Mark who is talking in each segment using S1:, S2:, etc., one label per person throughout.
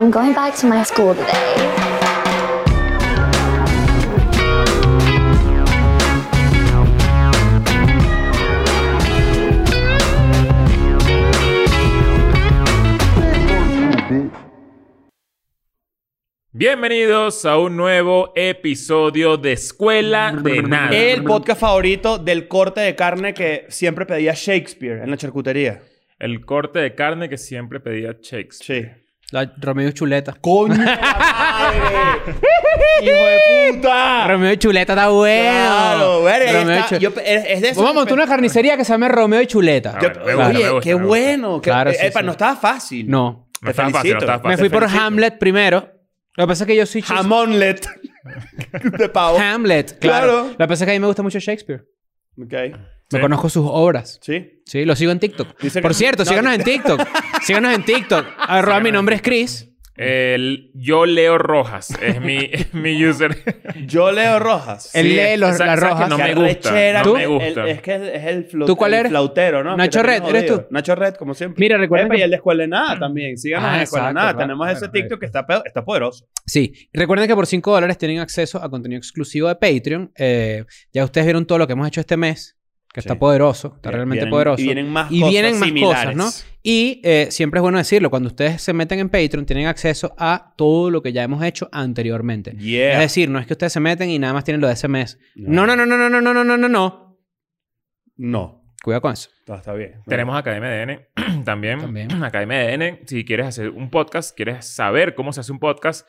S1: I'm going back to my school today.
S2: Bienvenidos a un nuevo episodio de Escuela de Nada.
S3: El podcast favorito del corte de carne que siempre pedía Shakespeare en la charcutería.
S2: El corte de carne que siempre pedía Shakespeare.
S3: Sí.
S4: La- Romeo y Chuleta.
S3: ¡Coño! de la madre! ¡Hijo de puta!
S4: Romeo y Chuleta está bueno.
S3: Claro, verga, ahí
S4: Romeo y
S3: está.
S4: Chu-
S3: Yo pe- es, es de eso.
S4: Vamos a montar una carnicería que se llame Romeo y Chuleta.
S2: Ah, bueno, me gusta,
S3: Oye,
S2: me gusta,
S3: qué
S2: me gusta.
S3: bueno. que-
S4: Claro,
S3: eh,
S4: sí,
S3: epa,
S4: sí.
S3: No estaba fácil.
S4: No.
S2: No
S3: Te
S2: estaba fácil, no
S3: felicito.
S2: estaba
S4: Me
S2: fácil.
S4: fui por
S3: felicito.
S4: Hamlet primero. Lo que pasa es que yo soy...
S3: Jamonlet. de pavo.
S4: Hamlet, claro.
S3: Claro.
S4: Lo que pasa es que a mí me gusta mucho Shakespeare.
S3: ok.
S4: Me
S2: Sí.
S4: conozco sus obras.
S3: ¿Sí?
S4: Sí, lo sigo en TikTok.
S3: Dice que-
S4: Por cierto,
S3: no,
S4: síganos
S3: que-
S4: en TikTok. síganos en TikTok. Arroba, mi nombre es Chris.
S2: El- yo leo Rojas. Es mi, es mi user.
S3: Yo leo rojas.
S4: Él
S2: Sí,
S4: lee los-
S2: esa-
S4: las
S2: esa que
S4: rojas.
S2: no
S3: Qué
S2: me gusta.
S3: arrechera,
S4: ¿Tú?
S2: No me
S3: el-
S2: gusta.
S3: es que es, es el, flautero.
S4: ¿Tú cuál eres?
S3: flautero, ¿no?
S4: Nacho
S3: Que también
S4: Red,
S3: es
S4: ¿eres
S3: jodido.
S4: tú?
S3: Nacho Red, como siempre.
S4: Mira, recuerda
S3: Epa,
S4: que-
S3: y el de Escuela de Nada también. Síganos
S4: Ah,
S3: en Escuela de
S4: exacto,
S3: Nada.
S4: claro,
S3: Tenemos ese
S4: claro,
S3: TikTok que está, pe- está poderoso.
S4: Sí. Recuerden que por 5 dólares tienen acceso a contenido exclusivo de Patreon. Eh, ya ustedes vieron todo lo que hemos hecho este mes. Que está
S3: Sí.
S4: poderoso. Está realmente
S3: Eh, Vienen-
S4: poderoso.
S3: Y vienen más
S4: y
S3: cosas
S4: vienen más
S3: similares.
S4: cosas, ¿no? Y eh, siempre es bueno decirlo, cuando ustedes se meten en Patreon tienen acceso a todo lo que ya hemos hecho anteriormente.
S3: Yeah.
S4: Es decir, no es que ustedes se meten y nada más tienen lo de ese mes. No, no, no, no, no, no, no, no, no, no, no.
S3: No.
S4: Cuidado con eso.
S3: Todo está bien.
S2: Tenemos Academia de N también.
S4: También.
S2: Academia de N. Si quieres hacer un podcast, quieres saber cómo se hace un podcast,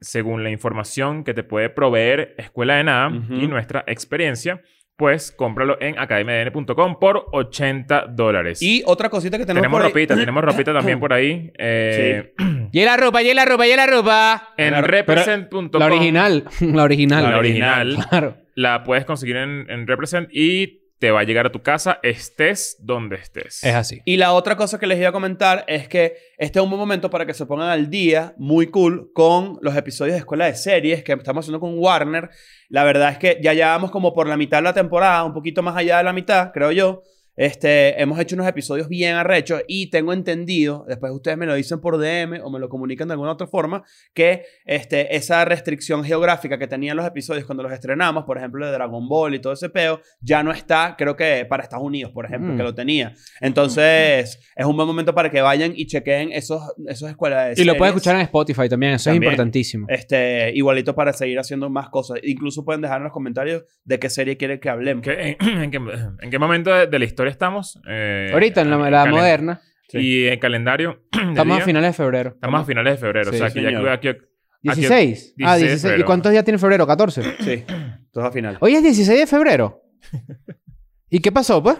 S2: según la información que te puede proveer Escuela de Nada
S3: Ujú.
S2: y nuestra experiencia, pues cómpralo en academiadn.com por 80 dólares.
S3: Y otra cosita que tenemos,
S2: tenemos
S3: por ahí-
S2: ropita, tenemos ropita también por ahí. Eh,
S4: Y la ropa, y la ropa, y la ropa.
S2: En
S3: Pero-
S2: represent.com.
S4: La original, la original.
S2: La original.
S4: Claro.
S2: La puedes conseguir en, en represent y te va a llegar a tu casa, estés donde estés.
S4: Es así.
S3: Y la otra cosa que les iba a comentar es que este es un buen momento para que se pongan al día, muy cool, con los episodios de Escuela de Series que estamos haciendo con Warner. La verdad es que ya llevamos como por la mitad de la temporada, un poquito más allá de la mitad, creo yo. Este, hemos hecho unos episodios bien arrechos y tengo entendido, después ustedes me lo dicen por DM o me lo comunican de alguna otra forma, que este, esa restricción geográfica que tenían los episodios cuando los estrenamos, por ejemplo, de Dragon Ball y todo ese peo, ya no está, creo que para Estados Unidos, por ejemplo,
S4: Mm.
S3: que lo tenía. Entonces, es un buen momento para que vayan y chequen esos, esos escuelas de
S4: Y lo
S3: series.
S4: puedes escuchar en Spotify también, eso
S3: También.
S4: es importantísimo.
S3: Este, igualito para seguir haciendo más cosas. Incluso pueden dejar en los comentarios de qué serie quieren que hablemos.
S2: ¿Qué- en, en qué, en qué momento de, de la historia estamos? Eh,
S4: Ahorita en la, la
S2: calen-
S4: moderna,
S2: Y en calendario. de
S4: estamos
S2: día,
S4: a finales de febrero.
S2: Estamos a finales de febrero.
S4: Sí,
S2: o sea, que ya
S3: señor.
S2: aquí, aquí-
S4: 16. Ah,
S2: 16 de
S4: 16. ¿Y
S2: febrero.
S4: cuántos días tiene febrero? 14.
S3: Sí, entonces al final.
S4: Hoy es 16 de febrero. ¿Y qué pasó, pues?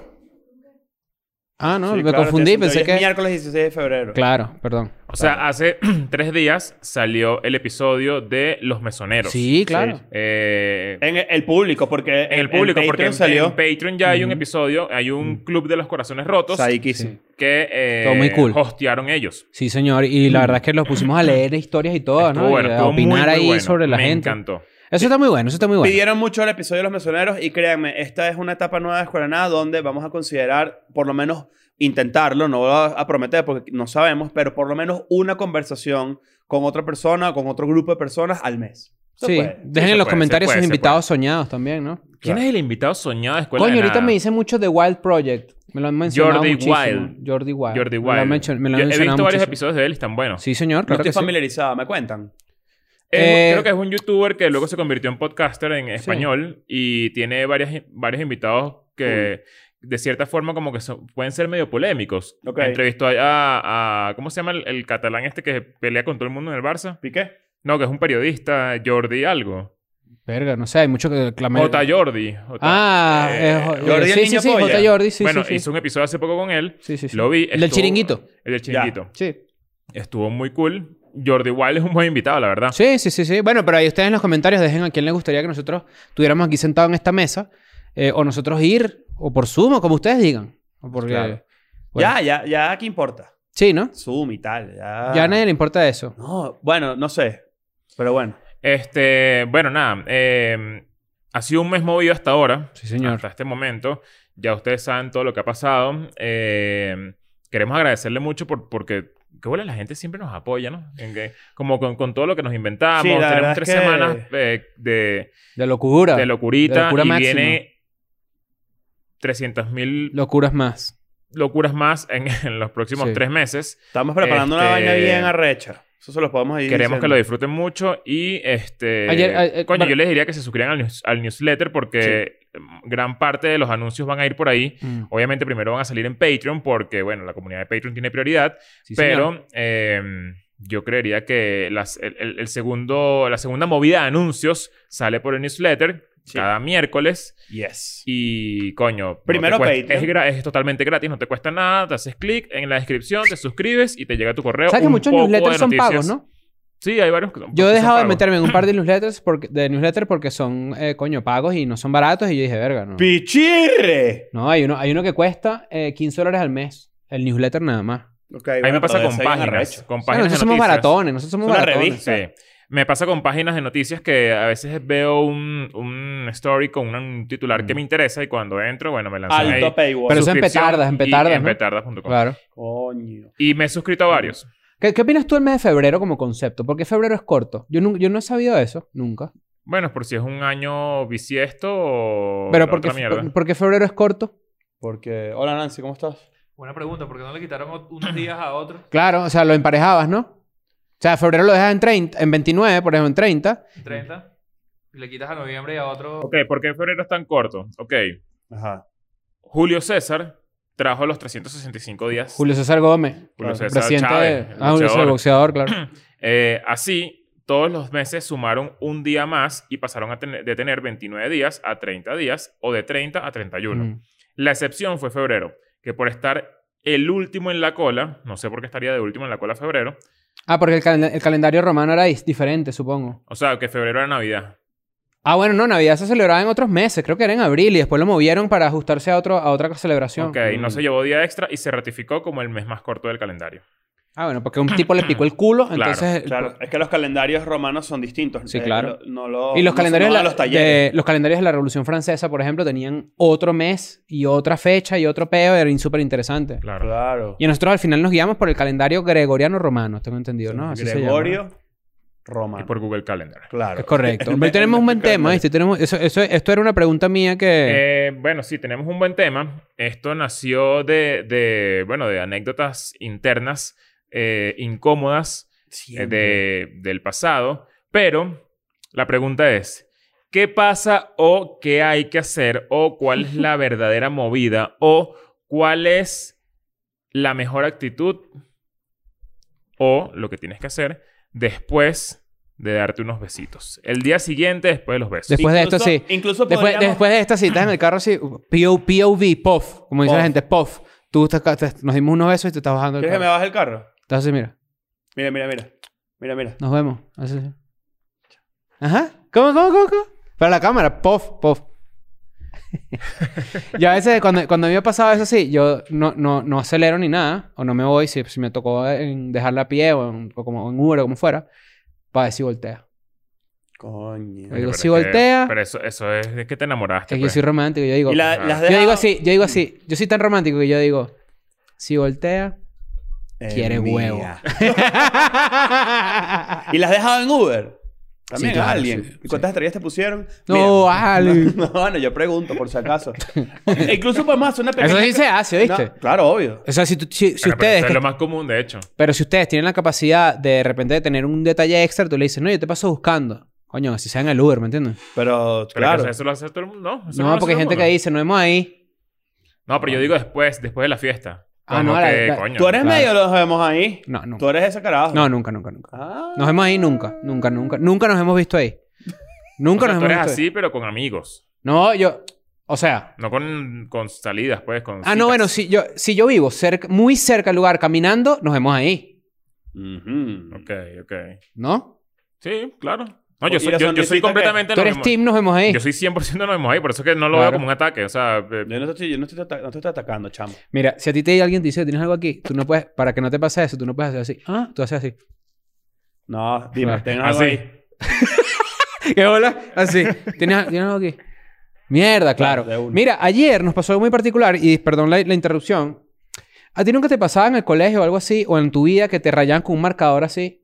S4: Ah, no,
S3: Sí,
S4: me
S3: claro,
S4: confundí,
S3: tiene
S4: pensé
S3: sentido. Hoy es
S4: que...
S3: miércoles 16 de febrero.
S4: Claro, perdón.
S2: O sea, hace tres días salió el episodio de Los Mesoneros.
S4: Sí, claro.
S3: Sí.
S2: Eh,
S3: En el- el público, porque
S2: en el público,
S3: en
S2: porque
S3: Patreon
S2: en,
S3: salió.
S2: en Patreon ya hay un
S4: Ujú.
S2: episodio, hay un club de los corazones rotos
S3: Sadiquísimo.
S4: Sí.
S2: que eh,
S4: Todo muy cool.
S2: hostearon ellos.
S4: Sí, señor. Y la verdad es que los pusimos a leer historias y todo,
S2: Mm. Estuvo
S4: Oh, ¿no?
S2: bueno,
S4: y a
S2: estuvo muy,
S4: opinar
S2: muy
S4: ahí
S2: bueno.
S4: sobre la
S2: Me
S4: gente.
S2: encantó.
S4: Eso está muy bueno, eso está muy bueno.
S3: Pidieron mucho el episodio de los mesoneros y créanme, esta es una etapa nueva de Escuela de Nada donde vamos a considerar, por lo menos intentarlo, no voy a, a prometer porque no sabemos, pero por lo menos una conversación con otra persona o con otro grupo de personas al mes. Se
S4: Sí,
S3: puede.
S4: dejen
S2: se
S4: en los
S2: puede,
S4: comentarios
S2: se puede,
S4: sus
S2: se
S4: invitados soñados también, ¿no?
S2: ¿Quién es el invitado soñado de Escuela
S4: Coño,
S2: de
S4: ahorita
S2: Nada?
S4: me dicen mucho The Wild Project. Me lo han mencionado
S2: Jordi
S4: muchísimo.
S2: Wild.
S4: Jordi Wild.
S2: Jordi
S4: Me lo han,
S2: Wild.
S4: mencio- me lo han
S2: Yo he visto
S4: mencionado
S2: varios
S4: muchísimo.
S2: episodios de él y están buenos.
S4: Sí, señor,
S3: No
S4: claro
S3: estoy
S4: que sí.
S3: familiarizada, me cuentan.
S2: Es
S4: Eh,
S2: un- creo que es un youtuber que luego se convirtió en podcaster en español y tiene varias, varios invitados que de cierta forma como que son- pueden ser medio polémicos.
S3: Ok.
S2: Entrevistó a, a- ¿Cómo se llama el, el catalán este que pelea con todo el mundo en el Barça?
S3: ¿Piqué?
S2: No, que es un periodista, Jordi algo.
S4: Verga, no sé, hay mucho que clamar.
S2: J. Jordi. J.
S4: Ah,
S2: Eh,
S4: es Jordi.
S3: Jordi el
S4: sí, sí,
S3: niño
S4: sí,
S3: polla.
S4: J. Jordi, sí,
S2: bueno,
S4: sí, sí.
S2: hizo un episodio hace poco con él.
S4: Sí, sí, sí.
S2: Lo vi.
S4: El del chiringuito.
S2: El del chiringuito.
S4: Sí.
S2: Estuvo muy cool. Jordi Wild es un buen invitado, la verdad.
S4: Sí, sí, sí, sí. Bueno, pero ahí ustedes en los comentarios dejen a quién les gustaría que nosotros tuviéramos aquí sentados en esta mesa. eh, o nosotros ir, o por Zoom, o como ustedes digan. O Porque...
S2: Claro.
S4: bueno.
S3: Ya, ya, ya, ¿qué importa?
S4: Sí, ¿no?
S3: Zoom y tal.
S2: Ah.
S3: Ya,
S4: Ya a nadie le importa eso.
S3: No, bueno, no sé. Pero bueno.
S2: Este, bueno, nada. eh, ha sido un mes movido hasta ahora.
S4: Sí, señor.
S2: Hasta este momento. Ya ustedes saben todo lo que ha pasado. Eh, queremos agradecerle Em, mucho por, porque Qué bueno, la gente siempre nos apoya, ¿no? En que- como con, con todo lo que nos inventamos.
S3: Sí, la verdad
S2: Tenemos
S3: es
S2: tres
S3: que-
S2: semanas eh, de,
S4: De locura.
S2: de locurita.
S4: de locura
S2: y
S4: máxima.
S2: viene 300.000
S4: Locuras más.
S2: locuras más en, en los próximos
S4: Sí.
S2: tres meses.
S3: Estamos preparando una
S2: Este-
S3: vaina bien arrecha. Eso se los podemos ir
S2: Queremos que lo
S3: diciendo.
S2: disfruten mucho y este...
S4: Ayer- a- eh,
S2: coño,
S4: para-
S2: yo les diría que se suscriban al, news- al newsletter porque gran parte de los anuncios van a ir por ahí.
S4: Mm.
S2: Obviamente primero van a salir en Patreon porque, bueno, la comunidad de Patreon tiene prioridad.
S4: Sí, señor.
S2: pero eh, yo creería que las- el, el- el segundo, la segunda movida de anuncios sale por el newsletter
S3: Sí.
S2: cada miércoles.
S3: Yes.
S2: Y coño, no
S3: Primero
S2: te cuesta-
S3: Patreon.
S2: es, gra- es totalmente gratis, no te cuesta nada. Te haces clic en la descripción, te suscribes y te llega tu correo.
S4: ¿Sabes que
S2: eh, un
S4: muchos
S2: poco de
S4: newsletters son
S2: noticias.
S4: pagos, no?
S2: Sí, hay varios. que son-
S4: Yo
S2: que son
S4: he dejado de
S2: pagos.
S4: meterme en un par de newsletters porque, de newsletters porque son, eh, coño, pagos y no son baratos. Y yo dije, verga, no.
S3: ¡Pichirre!
S4: No, hay uno, hay uno que cuesta eh, 15 dólares al mes. El newsletter nada más.
S3: a
S2: A mí me pasa con páginas. Con páginas
S4: Claro,
S2: de
S4: nosotros somos
S2: noticias.
S4: baratones, nosotros somos
S3: Es una
S4: baratones.
S3: revista.
S2: Sí. Me pasa con páginas de noticias que a veces veo un, un story con un titular que me interesa y cuando entro, bueno, me lanzo ahí.
S3: Alto paywall.
S4: Mm. Pero eso en
S2: Suscripción
S4: petardas, en
S2: y
S4: petardas,
S2: En
S4: ¿no?
S2: petardas.com.
S4: Claro.
S3: Coño.
S2: Y me he suscrito a varios.
S4: ¿Qué, qué opinas tú del mes de febrero como concepto? Porque febrero es corto. Yo, nun- yo no he sabido eso, nunca.
S2: Bueno, por si es un año bisiesto o
S4: Pero
S2: la
S4: porque,
S2: otra mierda.
S4: porque febrero es corto.
S3: Porque... Hola, Nancy, ¿cómo estás?
S5: Buena pregunta, ¿por qué no le quitaron ot- unos días a otros?
S4: Claro, o sea, lo emparejabas, ¿no? O sea, febrero lo dejas en 30, en 29, por ejemplo, en 30.
S5: 30. Y le quitas a noviembre y a otro.
S2: Ok, ¿por qué febrero es tan corto? Ok.
S3: Ajá.
S2: Julio César trajo los 365 días.
S4: Julio César Gómez,
S2: Julio César
S4: presidente
S2: Chávez,
S4: de...
S2: el
S4: Ah, Julio César, el boxeador, claro.
S2: Eh, así, todos los meses sumaron un día más y pasaron a tener- de tener 29 días a 30 días o de 30 a 31.
S4: Mm.
S2: La excepción fue febrero, que por estar el último en la cola, no sé por qué estaría de último en la cola febrero,
S4: Ah, porque el, calen- el calendario romano era dis- diferente, supongo.
S2: o sea, que febrero era Navidad.
S4: Ah, bueno, no, Navidad se celebraba en otros meses, creo que era en abril y después lo movieron para ajustarse a, otro, a otra celebración.
S2: Ok, no se llevó día extra y se ratificó como el mes más corto del calendario.
S4: Ah, bueno, porque a un tipo le picó el culo,
S2: Claro,
S4: entonces...
S3: Claro. Es que los calendarios romanos son distintos.
S4: Sí,
S3: Eh,
S4: claro.
S3: lo- no lo-
S4: Y
S3: no
S4: los
S3: se-
S4: calendarios,
S3: no
S4: de
S3: dan
S4: la,
S3: los talleres.
S4: de- los calendarios de la Revolución Francesa, por ejemplo, tenían otro mes y otra fecha y otro peo, era in- súper interesante.
S2: Claro.
S3: Claro.
S4: Y nosotros al final nos guiamos por el calendario gregoriano romano, tengo entendido, ¿no? Así se llama.
S3: Gregorio
S2: Y
S3: Romano.
S2: por Google Calendar.
S3: Claro.
S4: Es correcto.
S3: El
S4: Hoy
S3: me-
S4: tenemos
S3: el
S4: un
S3: me-
S4: buen tema, ¿viste? Tenemos, eso, eso- esto era una pregunta mía que...
S2: Eh, bueno, sí, tenemos un buen tema. Esto nació de, de, bueno, de anécdotas internas eh, incómodas eh, de- del pasado. Pero la pregunta es, ¿qué pasa o qué hay que hacer o cuál es la verdadera movida o cuál es la mejor actitud o lo que tienes que hacer después de darte unos besitos? El día siguiente después de los besos.
S4: Después de esto,
S3: Incluso-
S4: sí.
S3: Incluso
S4: después,
S3: podríamos-
S4: después de estas citas en el carro, sí, PO, POV, POF, como dice la
S3: Pof.
S4: gente, POF. Tú te- te- nos dimos unos besos y te estás bajando el
S3: ¿Quieres que me
S4: carro.
S3: baje el carro?
S4: Estás así, mira.
S3: Mira, mira, mira. Mira, mira.
S4: Nos vemos. Así, así. Ajá. ¿Cómo, cómo, cómo, cómo? Para la cámara. Pof, pof. yo a veces, cuando, cuando a mí me ha pasado eso así, yo no, no, no acelero ni nada. O no me voy si, si me tocó en dejarla a pie o en, o como, en Uber o como fuera. Para decir voltea.
S3: Coño.
S4: Oye, digo,
S2: pero
S4: si
S2: es que-
S4: voltea-
S2: pero eso, eso es, es que te enamoraste.
S4: Es que yo
S2: pues.
S4: soy romántico. Yo digo...
S3: Este Y la-
S2: Ajá.
S3: las
S4: Yo
S3: dejas-
S4: digo así. Yo digo así. Yo soy tan romántico que yo digo... Si voltea...
S3: Eh,
S4: quiere
S3: mía.
S4: huevo.
S3: ¿Y las has dejado en Uber? También
S4: Sí, claro,
S3: a alguien.
S4: sí,
S3: ¿Y cuántas estrellas te pusieron?
S4: No,
S3: Mira.
S4: Ale.
S3: No, bueno, yo pregunto, por si acaso. Incluso podemos hacer una pequeña...
S4: Eso sí se hace, ¿viste?
S3: No, claro, obvio.
S4: O sea, si, tú- si,
S2: Bueno,
S4: si
S2: pero
S4: ustedes...
S2: eso
S4: que
S2: es lo más común, de hecho.
S4: Pero si ustedes tienen la capacidad de, de repente de tener un detalle extra, tú le dices, no, yo te paso buscando. Coño, si sean el Uber, ¿me entiendes?
S3: Pero,
S2: Pero
S3: claro.
S2: que eso lo hace todo el mundo. No, eso lo
S4: No,
S2: hace
S4: porque
S2: todo
S4: hay
S2: el
S4: gente que
S2: mundo.
S4: dice, nos vemos ahí.
S2: No, pero yo digo después, después de la fiesta.
S4: Ah,
S2: Como
S4: no, la-
S2: que,
S4: la-
S2: coño.
S3: Tú eres
S4: Claro.
S3: medio, los vemos ahí.
S4: No, nunca.
S3: Tú eres ese carajo.
S4: No, nunca, nunca, nunca.
S3: Ah.
S4: Nos vemos ahí nunca. Nunca, nunca. Nunca nos hemos visto ahí.
S2: O
S4: Nunca
S2: sea,
S4: nos
S2: tú
S4: hemos
S2: eres
S4: visto ahí.
S2: así, pero con amigos.
S4: No, yo... O sea...
S2: No con, con salidas, pues, con
S4: Ah, no,
S2: citas.
S4: bueno, si yo, si yo vivo cerca, muy cerca al lugar caminando, nos vemos ahí.
S3: Ujú.
S2: Ok, ok.
S4: ¿no
S2: Sí, claro. No, yo
S3: ¿Y
S2: soy,
S3: la
S2: yo- yo, soy
S3: sonrisita
S2: completamente...
S4: Tú eres
S2: anónimo.
S4: team, nos vemos ahí.
S2: Yo soy 100% no ahí. Por eso es que no lo
S4: Claro.
S2: veo como un ataque. O sea... eh,
S3: Yo no te estoy, yo no te estoy ata- no te estoy atacando, chamo.
S4: Mira, si a ti te alguien te dice, tienes algo aquí, tú no puedes, para que no te pase eso, tú no puedes hacer así. Ah, tú haces así.
S3: No, dime,
S4: Claro.
S3: ten algo
S2: así.
S3: ahí.
S4: ¿Qué hola? Así. ¿Tienes, tienes algo aquí? Mierda, claro.
S3: Claro, de una.
S4: Mira, ayer nos pasó algo muy particular y perdón la, la interrupción. ¿A ti nunca te pasaba en el colegio o algo así, o en tu vida, que te rayaban con un marcador así?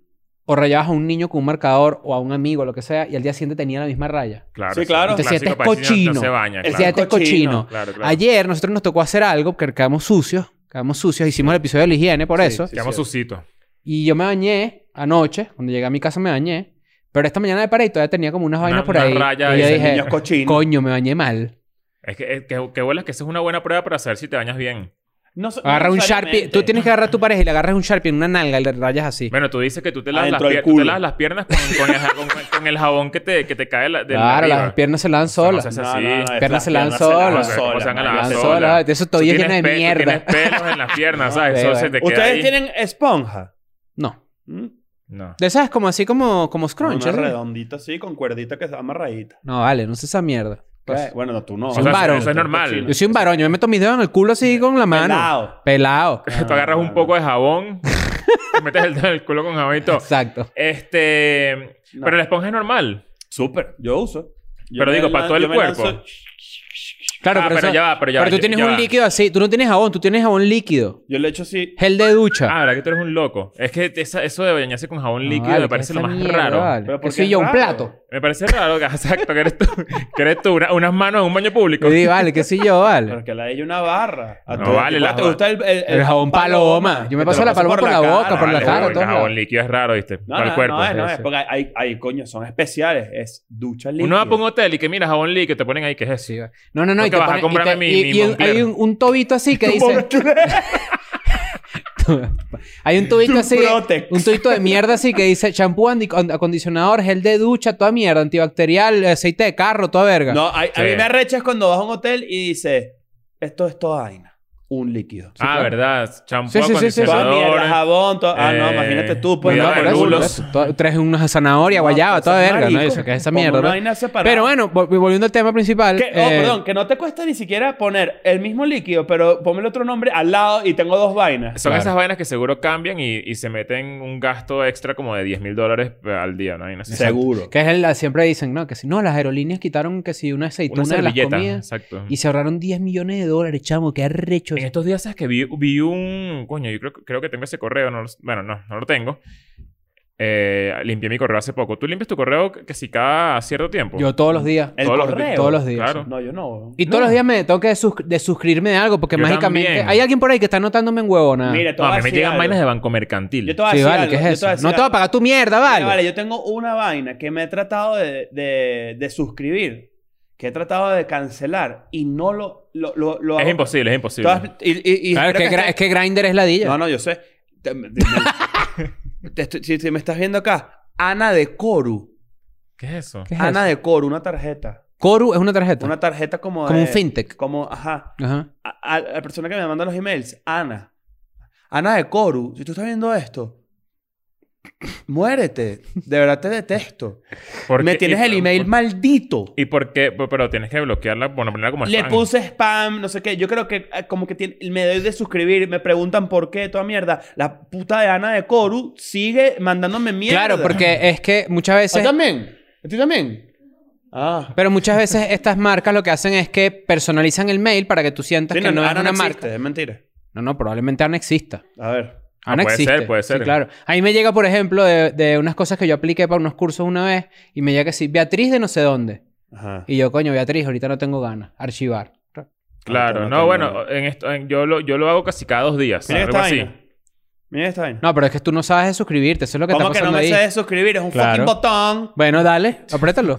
S4: O rayabas a un niño con un marcador o a un amigo, lo que sea, y al día siguiente tenía la misma raya.
S2: Claro.
S3: Sí, claro.
S2: un
S4: Te sientes
S2: clásico para decir, no- No
S4: este cochino.
S2: se baña,
S3: Te
S4: El
S2: claro.
S4: día es cochino.
S3: Cochino.
S2: Claro, claro.
S4: Ayer nosotros nos tocó hacer algo, que quedamos sucios, quedamos sucios, hicimos el episodio de la higiene por
S3: Sí,
S4: eso.
S3: sí.
S2: Llamo Susito.
S4: Y yo me bañé anoche, cuando llegué a mi casa me bañé, pero esta mañana de pared todavía tenía como unas vainas
S2: Una-
S4: por
S2: una
S4: ahí.
S2: raya
S4: y yo
S2: ahí,
S3: Ese
S4: dije,
S3: niño es cochino.
S4: coño, me bañé mal.
S2: Es que, es que, que bolas que esa es una buena prueba para saber si te bañas bien.
S3: No so- no
S4: Agarra un
S3: necesariamente.
S4: Sharpie, tú tienes que agarrar a tu pareja y le agarras un Sharpie en una nalga y le rayas así.
S2: Bueno, tú dices que tú te lavas, las,
S3: Adentro del
S2: pier- tú te
S3: culo.
S2: lavas las piernas con, con el, ja- con- con el jabón que te, que te cae la, de
S4: Claro,
S2: arriba.
S4: las piernas se lavan
S2: O sea, no
S4: solas.
S2: seas
S3: No,
S2: así.
S3: no, no, es
S4: Piernas se lavan
S3: piernas se lavan
S4: solas.
S2: O sea, ¿cómo se van a
S3: marico.
S2: lavar
S4: Lavan
S2: solas?
S4: solas. Eso todavía
S2: Tú tienes
S4: lleno de
S2: pe- tú
S4: mierda.
S2: Tienes pelos en las piernas, ¿sabes?
S4: Sí,
S2: Eso
S4: bueno.
S2: se te queda
S3: Ustedes
S2: ahí.
S3: tienen esponja.
S4: No.
S3: ¿Mm?
S2: No.
S4: De esas como así como, como scrunch.
S3: Una
S4: ¿no?
S3: redondita así, con cuerdita que se amarradita.
S4: No, vale, no sé esa mierda. Pues,
S3: Eh, bueno, no, tú no.
S4: Soy un
S2: O sea,
S4: varón.
S2: Eso es normal.
S4: yo soy un varón, yo me meto mis dedos en el culo así con la mano.
S3: Pelao.
S4: Pelado.
S2: Tú agarras un poco de jabón, te metes el dedo en el culo con jabón y todo.
S4: Exacto.
S2: Este.
S3: No.
S2: Pero la esponja es normal.
S3: Súper, yo uso. Yo
S2: Pero
S3: me
S2: digo, para
S3: lan-
S2: todo el
S3: yo me lanzo-
S2: cuerpo.
S4: Claro,
S2: Ah,
S4: pero,
S2: pero
S4: eso-
S2: ya va, pero ya va,
S4: tú
S2: ya-
S4: tienes
S2: ya
S4: un
S2: va.
S4: líquido así. Tú no tienes jabón, tú tienes jabón líquido.
S3: Yo le echo así.
S4: Gel de ducha.
S2: Ah, ¿verdad que tú eres un loco? Es que esa- eso de bañarse con jabón
S4: No,
S2: líquido
S4: vale,
S2: me
S4: ¿qué
S2: parece
S4: es
S2: lo
S4: esa
S2: más
S4: mierda,
S2: raro.
S4: vale?
S3: Pero
S4: Que
S3: ¿por qué
S4: soy
S3: es
S4: yo un
S3: raro?
S4: plato.
S2: Me parece raro, que- exacto, que eres tú. Que eres tú, una- unas manos en un baño público.
S4: Yo digo, vale, que soy yo,
S3: Pero
S4: vale.
S3: que la he hecho una barra. A
S2: No
S3: todo
S2: vale
S3: tipo.
S2: la-
S3: ¿Te gusta el, el,
S4: El jabón paloma. Yo me
S3: Que te
S4: paso
S3: lo
S4: la
S3: pasas
S4: paloma por la boca,
S2: Ah,
S4: por la
S2: vale,
S4: cara,
S2: pero
S4: todo.
S2: El jabón líquido es raro, ¿viste?
S3: No,
S2: Para
S3: no,
S2: el cuerpo.
S3: no, es, no
S4: sí,
S3: es,
S4: sí.
S3: porque hay, hay, coño, son especiales. Es ducha líquida.
S2: Uno va a un hotel y que mira jabón líquido, te ponen ahí, ¿qué es eso?
S4: Sí, va. no, no, no. Y,
S2: Porque vas
S4: te
S2: a
S4: ponen- y
S2: comprarme
S4: te-
S2: mi-
S4: y-
S2: mi
S4: y un-
S2: Moncler.
S4: hay un, un tobito así que dice... hay un tubito
S3: Un
S4: así...
S3: Protex.
S4: Un tubito de mierda así que dice champú, andi- con- acondicionador, gel de ducha, toda mierda, antibacterial, aceite de carro, toda verga.
S3: No, hay-
S2: Sí.
S3: a mí me arrechas cuando vas a un hotel y dices, esto es toda vaina. Un líquido.
S2: ah, ¿verdad? Champú,
S4: Sí, sí, sí, sí.
S3: Toda mierda,
S2: acondicionador.
S3: jabón, todo. Ah, no,
S2: eh,
S3: imagínate tú, pues.
S4: No,
S2: cuidado
S3: no,
S4: por
S2: de
S4: eso, por
S2: rulos.
S4: eso. Todo- Traes una zanahoria,
S3: No,
S4: guayaba,
S3: pues,
S4: toda
S3: es
S4: verga. ¿no?
S3: marico.
S4: Dice que es esa
S3: Como
S4: mierda.
S3: una
S4: ¿no?
S3: vaina separada.
S4: Pero bueno, vol- volviendo al tema principal.
S3: Que- oh,
S4: eh,
S3: perdón, que no te cuesta ni siquiera poner el mismo líquido, pero ponme el otro nombre al lado y tengo dos vainas.
S2: Son
S4: Claro.
S2: esas vainas que seguro cambian y, y se meten un gasto extra como de 10 mil dólares al día, ¿no? Una,
S3: Seguro.
S4: Que es el, siempre dicen, no, que si no, las aerolíneas quitaron que si una aceituna
S2: una
S4: de las
S2: servilleta.
S4: comidas
S2: Exacto.
S4: y se ahorraron 10 millones de dólares, chamo, que arrecho.
S2: En estos días, ¿sabes que vi, vi un... Coño, yo creo, creo que tengo ese correo. No, lo- bueno, no, no lo tengo. Eh, limpié mi correo hace poco. ¿Tú limpias tu correo que, que si cada cierto tiempo?
S4: Yo todos los días.
S3: El
S2: Todos los-
S3: correo.
S4: Todos los días.
S2: Claro.
S3: No, yo no.
S4: Y todos los días me tengo que sus- de suscribirme de algo porque
S2: Yo
S4: mágicamente
S2: también.
S4: hay alguien por ahí que está anotándome en huevona.
S3: Mira, te
S2: No, a
S3: voy
S2: mí
S3: a
S2: me
S3: decir
S2: llegan
S3: algo.
S2: vainas de Banco Mercantil.
S3: Yo te voy a
S4: sí,
S3: decir
S4: vale,
S3: algo,
S4: ¿qué
S3: yo
S4: es
S3: te voy a
S4: eso?
S3: decir
S4: No te va a
S3: algo.
S4: pagar tu mierda,
S3: Mira,
S4: vale.
S3: vale, yo tengo una vaina que me he tratado de, de- de suscribir, que he tratado de cancelar y no lo... lo, lo, lo
S2: Es
S3: hago.
S2: imposible, es imposible.
S3: Todas- y, y- y
S4: Claro, es
S3: creo
S4: que, Gra-
S3: está-
S4: es que Grindr es ladilla.
S3: No, no, yo sé. Te- me- te- me- te estoy- si, si me estás viendo acá, Ana de Coru.
S2: ¿Qué es eso?
S4: ¿Qué es
S3: Ana
S4: eso?
S3: de Coru, una tarjeta.
S4: Coru es una tarjeta.
S3: ah, Una tarjeta como
S4: Como
S3: de-
S4: un fintech.
S3: Como, ajá.
S4: Ajá.
S3: A, a la persona que me manda los emails, Ana. Ana de Coru, si tú estás viendo esto, muérete. De verdad te detesto.
S2: ¿Por
S3: Me
S2: qué?
S3: tienes
S2: Y-
S3: el email
S2: por-
S3: maldito.
S2: ¿Y por qué? Pero- Pero tienes que bloquearla, bueno, ponerla como
S3: Le
S2: spam.
S3: puse spam, no sé qué. Yo creo que eh, como que tiene- me doy de suscribir, me preguntan por qué, toda mierda. La puta de Ana de Coru sigue mandándome mierda. Ah,
S4: Claro, porque es que muchas
S3: ¿A ti
S4: veces.
S3: también? ¿A ti también? Ah.
S4: Pero muchas veces estas marcas lo que hacen es que personalizan el mail para que tú sientas
S3: Sí,
S4: que no, es
S3: Ana
S4: una
S3: existe,
S4: marca.
S3: Es mentira.
S4: No, no, probablemente aún exista.
S3: A ver.
S2: Ah,
S4: Ana
S2: puede
S4: existe.
S2: ser, puede
S4: Sí,
S2: ser.
S4: claro. A mí me llega, por ejemplo, de, de unas cosas que yo apliqué para unos cursos una vez y me llega que sí, Beatriz de no sé dónde.
S3: Ajá.
S4: Y yo, coño, Beatriz, ahorita no tengo ganas. Archivar.
S2: Claro. No,
S3: No, no, no,
S2: bueno, en esto, en- yo, lo, yo lo hago casi cada dos días.
S3: Mira
S2: algo
S3: esta
S2: así.
S3: vaina. Mira esta vaina.
S4: No, pero es que tú no sabes de suscribirte. Eso es lo que
S3: ¿Cómo
S4: está
S3: que no
S4: pasando
S3: me
S4: ahí.
S3: sé de suscribir? Es un
S4: Claro.
S3: fucking botón.
S4: Bueno, dale, apriétalo.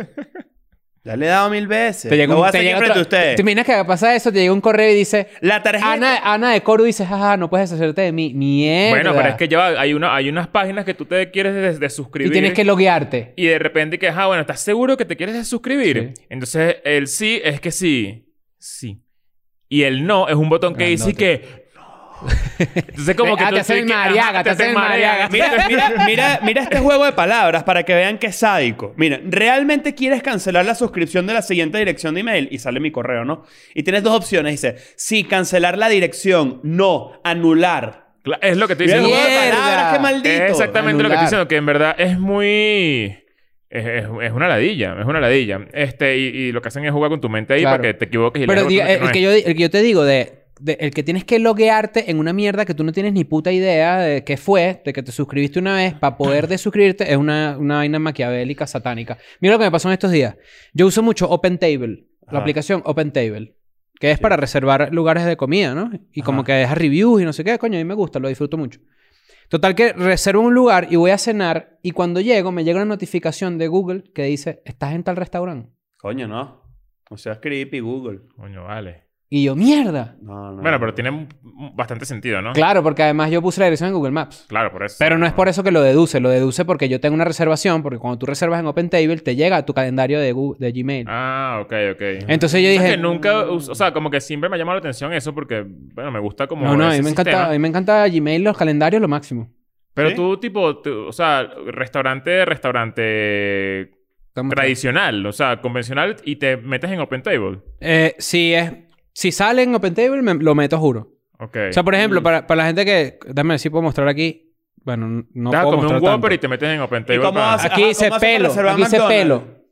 S3: Ya le he dado mil veces.
S4: te llega
S3: Lo voy a
S4: un
S3: hacer aquí
S4: te llega
S3: frente a
S4: otro-
S3: ustedes.
S4: ¿Te Ah, imaginas que pasa eso? Te llega un correo y dice,
S3: La tarjeta.
S4: Ana, Ana de Coro dice, jaja, no puedes deshacerte de mí. Mierda.
S2: Bueno, pero es que ya hay, una, hay unas páginas que tú te quieres des- desuscribir.
S4: Y tienes que loguearte.
S2: Y de repente que, ah, bueno, ¿estás seguro que te quieres desuscribir?
S4: Sí.
S2: Entonces, el sí es que sí. Sí. Y el no es un botón que dice que... No. Entonces, como que...
S4: Ah,
S2: tú
S4: te hacen el
S2: tienes que-
S4: mariaga,
S2: ajá,
S4: te hacen el mariaga.
S2: Mira,
S3: Mira, mira, mira, mira este juego de palabras para que vean que es sádico. Mira, ¿realmente quieres cancelar la suscripción de la siguiente dirección de email? Y sale mi correo, ¿no? Y tienes dos opciones. Dice, sí, cancelar la dirección. No, anular.
S2: cla- es lo que te
S3: Mira el
S2: dicen.
S3: juego de
S4: Mierda.
S3: palabras, qué maldito.
S2: Es exactamente lo que
S4: Anular.
S2: estoy diciendo, que en verdad es muy. Es, es- es una ladilla, es una ladilla. Este, y, y lo que hacen es jugar con tu mente ahí
S4: Claro.
S2: para que te equivoques y leas
S4: Pero diga-
S2: otro
S4: el,
S2: no
S4: que
S2: es.
S4: yo, di- el que yo te digo de de- el que tienes que loguearte en una mierda que tú no tienes ni puta idea de qué fue, de que te suscribiste una vez, para poder desuscribirte, es una, una vaina maquiavélica, satánica. Mira lo que me pasó en estos días. Yo uso mucho OpenTable,
S3: Ajá.
S4: la aplicación OpenTable, que es para reservar lugares de comida, ¿no? Y como que deja reviews y no sé qué, coño, a mí me gusta, lo disfruto mucho. Total que reservo un lugar y voy a cenar y cuando llego me llega una notificación de Google que dice, estás en tal restaurante.
S3: Coño, no. No seas creepy, Google.
S2: Coño, vale.
S4: Y yo, mierda.
S3: No, no.
S2: Bueno, pero tiene un- bastante sentido, ¿no?
S4: Claro, porque además yo puse la dirección en Google Maps.
S2: Claro, por eso.
S4: Pero no es por eso que lo deduce, lo deduce porque yo tengo una reservación, porque cuando tú reservas en OpenTable te llega a tu calendario de, Gu- de Gmail.
S2: Ah, ok, ok.
S4: Entonces yo
S2: O sea,
S4: dije,
S2: que nunca, us- o sea, como que siempre me ha llamado la atención eso porque, bueno, me gusta como.
S4: no, no, a mí,
S2: ese
S4: me encanta,
S2: sistema.
S4: a mí me encanta Gmail, los calendarios, lo máximo.
S2: Pero
S3: ¿Sí?
S2: tú, tipo, tú- o sea, restaurante, restaurante
S4: Estamos-
S2: tradicional, o sea, convencional y te metes en Open Table.
S4: Eh, si, es, si sale en OpenTable, me- lo meto, juro.
S2: Ok.
S4: O sea, por ejemplo,
S3: Mm.
S4: para, para la gente que... Déjame ver si puedo mostrar aquí. Bueno, n- no
S2: te vas a
S4: puedo
S2: comer
S4: mostrar
S2: un Whopper
S4: tanto.
S2: y te metes en Open Table.
S3: cómo
S2: para-
S3: haces?
S4: Aquí
S3: Ajá,
S4: dice
S3: ¿cómo haces para
S4: pelo,
S3: reservar
S4: aquí dice
S3: McDonald's?
S4: pelo.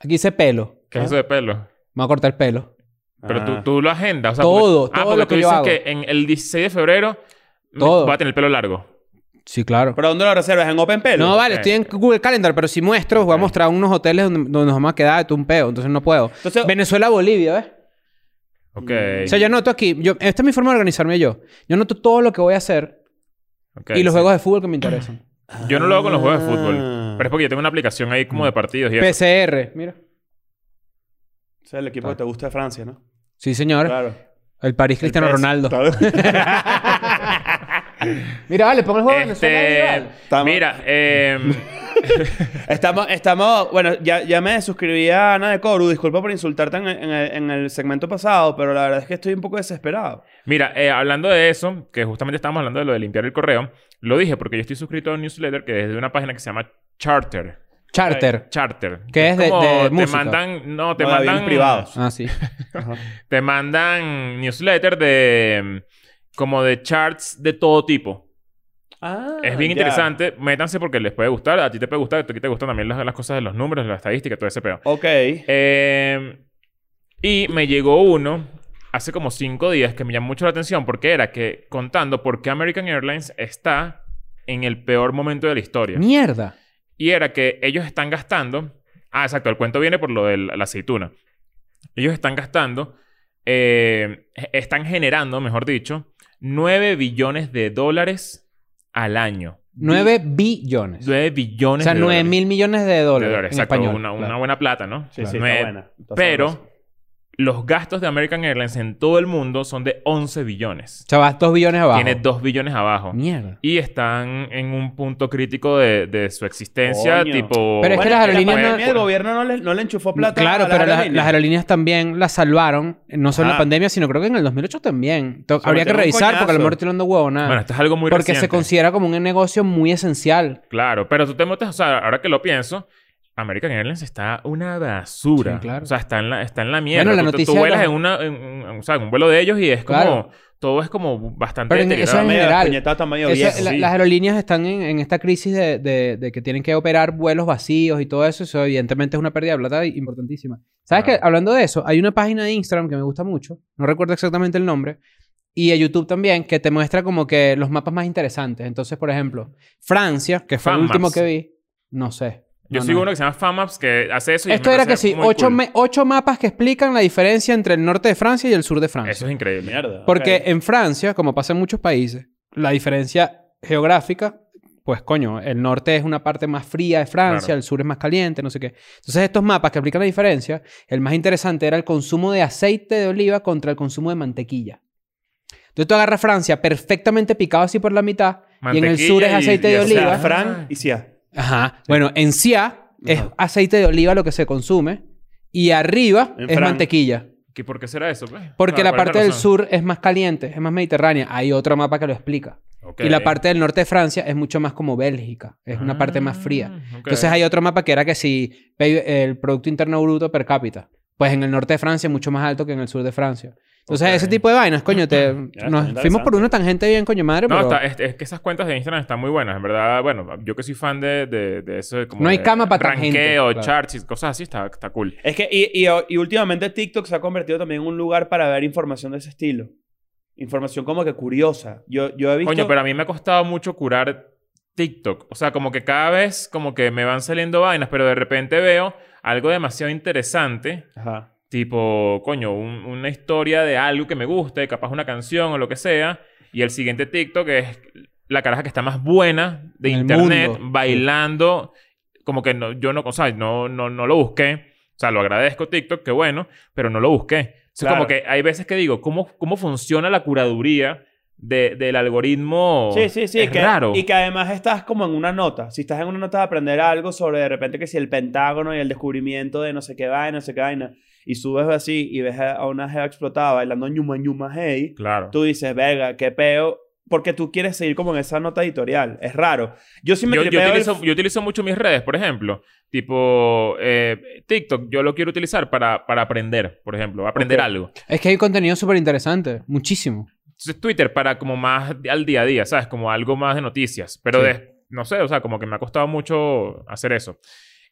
S4: Aquí dice pelo.
S2: ¿Qué es eso de pelo?
S4: Me voy a cortar el pelo.
S2: Pero tú,
S3: Ah.
S2: tú lo agendas. O sea,
S4: Todo,
S2: porque- ah,
S4: todo
S2: porque
S4: lo
S2: tú
S4: que yo
S2: dices
S4: hago.
S2: que en el 16 de febrero me-
S4: Todo.
S2: va a tener el pelo largo.
S4: Sí, claro.
S3: ¿Pero dónde lo reservas? ¿En Open Pelo?
S4: No, vale,
S2: Ok.
S4: estoy en Google Calendar, pero si muestro, voy a mostrar unos hoteles donde, donde nos vamos a quedar, esto es un peo, entonces no puedo.
S3: Entonces-
S4: Venezuela, Bolivia, ¿ves?
S2: Ok.
S4: O sea, yo anoto aquí, yo, esta es mi forma de organizarme yo. Yo anoto todo lo que voy a hacer
S2: Ok,
S4: y los
S2: sí.
S4: juegos de fútbol que me interesan.
S2: Yo no lo hago con los juegos de
S3: Ah.
S2: fútbol. Pero es porque yo tengo una aplicación ahí
S4: Mm.
S2: como de partidos y eso.
S4: PCR, mira.
S3: O sea, el equipo que te gusta de Francia, ¿no?
S4: Sí, señor.
S3: Claro.
S4: El París Cristiano
S3: El PS,
S4: Ronaldo.
S3: claro.
S4: Mira, vale, pongo el juego de Venezuela. y
S2: Este,
S4: vale.
S3: Estamos-
S2: mira, eh,
S3: Estamos, estamos, bueno, ya, ya me suscribí a Ana de Coru. Disculpa por insultarte en, en el, en el segmento pasado, pero la verdad es que estoy un poco desesperado.
S2: mira eh, hablando de eso, que justamente estábamos hablando de lo de limpiar el correo, lo dije porque yo estoy suscrito a un newsletter que es de una página que se llama Charter.
S4: Charter.
S2: Charter.
S4: Que es de-
S2: como
S4: de
S2: te
S4: música.
S2: mandan, no, te
S3: No, de aviones
S2: mandan
S3: privados.
S4: Ah, sí.
S2: Te mandan newsletter de como de charts de todo tipo.
S3: Ah,
S2: Es bien
S3: ya.
S2: interesante. Métanse porque les puede gustar. A ti te puede gustar. A ti te gustan también las, las cosas de los números, la estadística, todo ese pedo.
S3: Ok.
S2: Eh, y me llegó uno hace como cinco días que me llamó mucho la atención porque era que contando por qué American Airlines está en el peor momento de la historia.
S4: Mierda.
S2: Y era que ellos están gastando. Ah, exacto, el cuento viene por lo de la aceituna. Ellos están gastando, eh, están generando, mejor dicho, 9 billones de dólares al año.
S4: 9 billones.
S2: 9 billones
S4: O sea,
S2: de
S4: 9
S2: dólares.
S4: mil millones de
S2: De
S4: dólares. en
S2: exacto,
S4: español.
S2: una, una
S4: claro.
S2: buena plata, ¿no?
S3: Sí, sí,
S2: Nueve-
S3: está buena. Está
S2: Pero
S3: sabrosa.
S2: los gastos de American Airlines en todo el mundo son de 11 billones.
S4: O sea, vas 2 billones abajo. Mm.
S2: Tiene 2 billones abajo.
S4: Mierda.
S2: Y están en un punto crítico de, de su existencia,
S3: Coño.
S2: tipo...
S4: Pero es que
S3: Bueno,
S4: las
S3: la
S4: aerolíneas no- Mm,
S3: pandemia, el gobierno no le, no le enchufó plata.
S4: claro,
S3: a las
S4: pero las-
S3: aerolíneas.
S4: las aerolíneas también las salvaron. eh, No solo en la
S3: Ah.
S4: pandemia, sino creo que en el 2008 también. To-
S3: Se
S4: Habría que
S3: metieron un
S4: revisar porque a lo
S3: coñazo.
S4: mejor estoy dando huevo nada.
S2: Bueno, esto es algo muy
S4: Ah. porque se
S2: reciente.
S4: considera como un negocio muy esencial.
S2: Claro, pero tú te metes, o sea, ahora que lo pienso, American Airlines está una basura.
S4: Sí, claro.
S2: O sea, está en la, está en la mierda.
S4: Bueno, la
S2: Tú- tú, tú
S4: noticia de
S2: vuelas
S4: los-
S2: en, una, en, un- o sea, en un vuelo de ellos y es como.
S4: Claro.
S2: Todo es como bastante
S4: Pero en- eso
S2: deteriorado.
S4: en
S3: Medio
S4: general.
S3: puñetado, está medio
S4: Esa-
S3: viejo.
S4: la-
S2: sí.
S4: Las aerolíneas están en, en esta crisis de, de- de que tienen que operar vuelos vacíos y todo eso. Eso evidentemente es una pérdida de plata importantísima. ¿Sabes
S2: Claro.
S4: que Hablando de eso, hay una página de Instagram que me gusta mucho. No recuerdo exactamente el nombre. Y de YouTube también, que te muestra como que los mapas más interesantes. Entonces, por ejemplo, Francia, que fue el
S2: Fan
S4: último
S2: maps.
S4: que vi. No sé.
S2: Yo
S4: No,
S2: sigo
S4: no.
S2: uno que se llama FAMAPS que hace eso y
S4: Esto
S2: me
S4: era que
S2: parece
S4: sí,
S2: muy
S4: ocho,
S2: cool.
S4: me- ocho mapas que explican la diferencia entre el norte de Francia y el sur de Francia.
S2: Eso es increíble.
S3: Mierda.
S4: Porque
S3: ok.
S4: en Francia, como pasa en muchos países, la diferencia geográfica, pues coño, el norte es una parte más fría de Francia,
S2: Claro.
S4: el sur es más caliente, no sé qué. Entonces estos mapas que aplican la diferencia, el más interesante era el consumo de aceite de oliva contra el consumo de mantequilla. Entonces tú agarras Francia perfectamente picado así por la mitad y en el
S2: Mantequilla
S4: sur es
S2: y-
S4: aceite
S2: y
S4: de
S2: o
S3: O sea,
S4: oliva.
S2: Ah.
S3: Fran y Cia.
S4: Ajá. Bueno, en CIA es
S3: Ajá.
S4: aceite de oliva lo que se consume y arriba
S3: En
S4: es
S3: Fran-
S4: mantequilla.
S2: ¿Qué- ¿Por qué será eso? pues?
S4: Porque
S2: Claro,
S4: la
S2: ¿cuál es
S4: parte del
S2: razón?
S4: sur es más caliente, es más mediterránea. Hay otro mapa que lo explica.
S2: Ok.
S4: Y la parte del norte de Francia es mucho más como Bélgica, es una parte más fría.
S2: Ah, ok.
S4: Entonces hay otro mapa que era que si pe- el Producto Interno Bruto per cápita, pues en el norte de Francia es mucho más alto que en el sur de Francia. Entonces
S2: Ok. Ah,
S4: ese tipo de vainas, coño, te,
S3: está
S4: nos fuimos por
S3: interesante.
S4: una tangente bien, coño madre,
S2: No,
S4: pero
S2: está- es, es que esas cuentas de Instagram están muy buenas. En verdad, bueno, yo que soy fan de, de, de eso. de Como
S4: No hay
S2: de
S4: cama pa' tangente,
S2: Ranqueo,
S4: claro.
S2: charts y cosas así. Está, está cool.
S3: Es que, y, y, y últimamente TikTok se ha convertido también en un lugar para ver información de ese estilo. Información como que curiosa. Yo, yo he visto...
S2: Coño, pero a mí me ha costado mucho curar TikTok. O sea, como que cada vez como que me van saliendo vainas, pero de repente veo algo demasiado interesante.
S3: Ajá.
S2: Tipo, coño, un- una historia de algo que me guste, capaz una canción o lo que sea. Y el siguiente TikTok es la caraja que está más buena de
S4: Del
S2: internet,
S4: mundo.
S2: bailando. Como que no, yo no, o sea, no, no, no lo busqué. O sea, lo agradezco TikTok, qué bueno, pero no lo busqué. O sea,
S3: Claro.
S2: como que hay veces que digo, ¿cómo, cómo funciona la curaduría de- del algoritmo?
S3: Sí, sí, sí.
S2: Oh, Es
S3: que-
S2: raro.
S3: Y que además estás como en una nota. Si estás en una nota de aprender algo sobre de repente que si el Pentágono y el descubrimiento de no sé qué vaina, no sé qué vaina, y subes así y ves a a una jeva explotada bailando ñuma ñuma hey,
S2: Claro.
S3: tú dices, verga, qué peo. Porque tú quieres seguir como en esa nota editorial. Es raro. Yo sí me
S2: yo, yo
S3: tripeo el-
S2: utilizo, yo utilizo mucho mis redes, por ejemplo. Tipo, eh, TikTok, yo lo quiero utilizar para, para aprender, por ejemplo, aprender
S3: Ok.
S2: algo.
S4: Es que hay contenido súper interesante. Muchísimo.
S2: Entonces, Twitter para como más al día a día, ¿sabes? Como algo más de noticias. Pero
S4: Sí.
S2: de, no sé, o sea, como que me ha costado mucho hacer eso.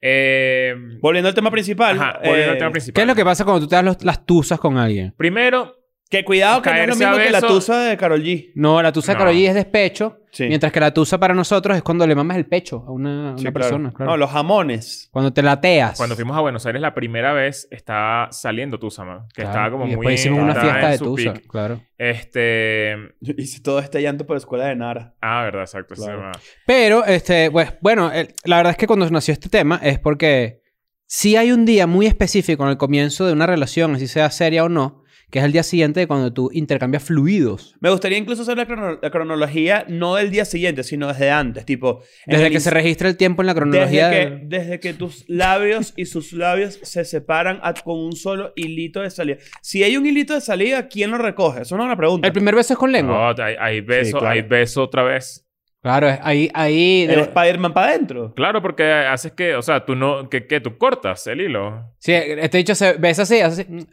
S2: Eh,
S3: Volviendo al tema principal.
S2: ajá, volviendo al
S3: eh,
S2: tema principal.
S4: ¿Qué es lo que pasa cuando tú te das los- las tusas con alguien?
S2: Primero,
S3: Que cuidado que no es lo
S2: Caerse a
S3: mismo que la
S2: besos.
S3: tusa de Carol G.
S4: No, la tusa
S2: No.
S4: Karol G es despecho.
S3: Sí.
S4: Mientras que la tusa para nosotros es cuando le mamas el pecho a una, a
S3: Sí,
S4: una
S3: claro.
S4: persona. claro.
S3: No, los jamones.
S4: Cuando te lateas.
S2: cuando fuimos a Buenos Aires la primera vez, estaba saliendo Tusa, man. Que
S4: Claro.
S2: estaba como
S4: y
S2: muy...
S4: después hicimos una
S2: estaba
S4: fiesta
S2: en
S4: de
S2: su
S4: tusa.
S2: peak.
S4: Claro.
S2: Este...
S3: Yo hice todo este llanto por la escuela de Nara.
S2: Ah, verdad, exacto. ese
S3: Claro.
S2: tema.
S4: Pero, este, pues, bueno, el- la verdad es que cuando nació este tema es porque si hay un día muy específico en el comienzo de una relación, así sea seria o no, que es el día siguiente de cuando tú intercambias fluidos.
S3: Me gustaría incluso hacer la, crono- la cronología, no del día siguiente, sino desde antes. Tipo, en
S4: Desde
S3: el
S4: que se
S3: ins-
S4: registra el tiempo en la cronología.
S3: Desde que,
S4: de-
S3: desde que tus labios y sus labios se separan a- con un solo hilito de salida. Si hay un hilito de salida, ¿quién lo recoge? Eso no es una pregunta.
S4: El primer beso es con lengua.
S2: No, hay, hay beso,
S3: Sí, claro.
S2: hay beso otra vez.
S4: Claro, es- ahí, ahí.
S3: El Spider-Man para adentro.
S2: Claro, porque haces que, o sea, tú no, que, que tú cortas el hilo.
S4: Sí, este dicho se besa así, hace
S2: Mm.
S4: así.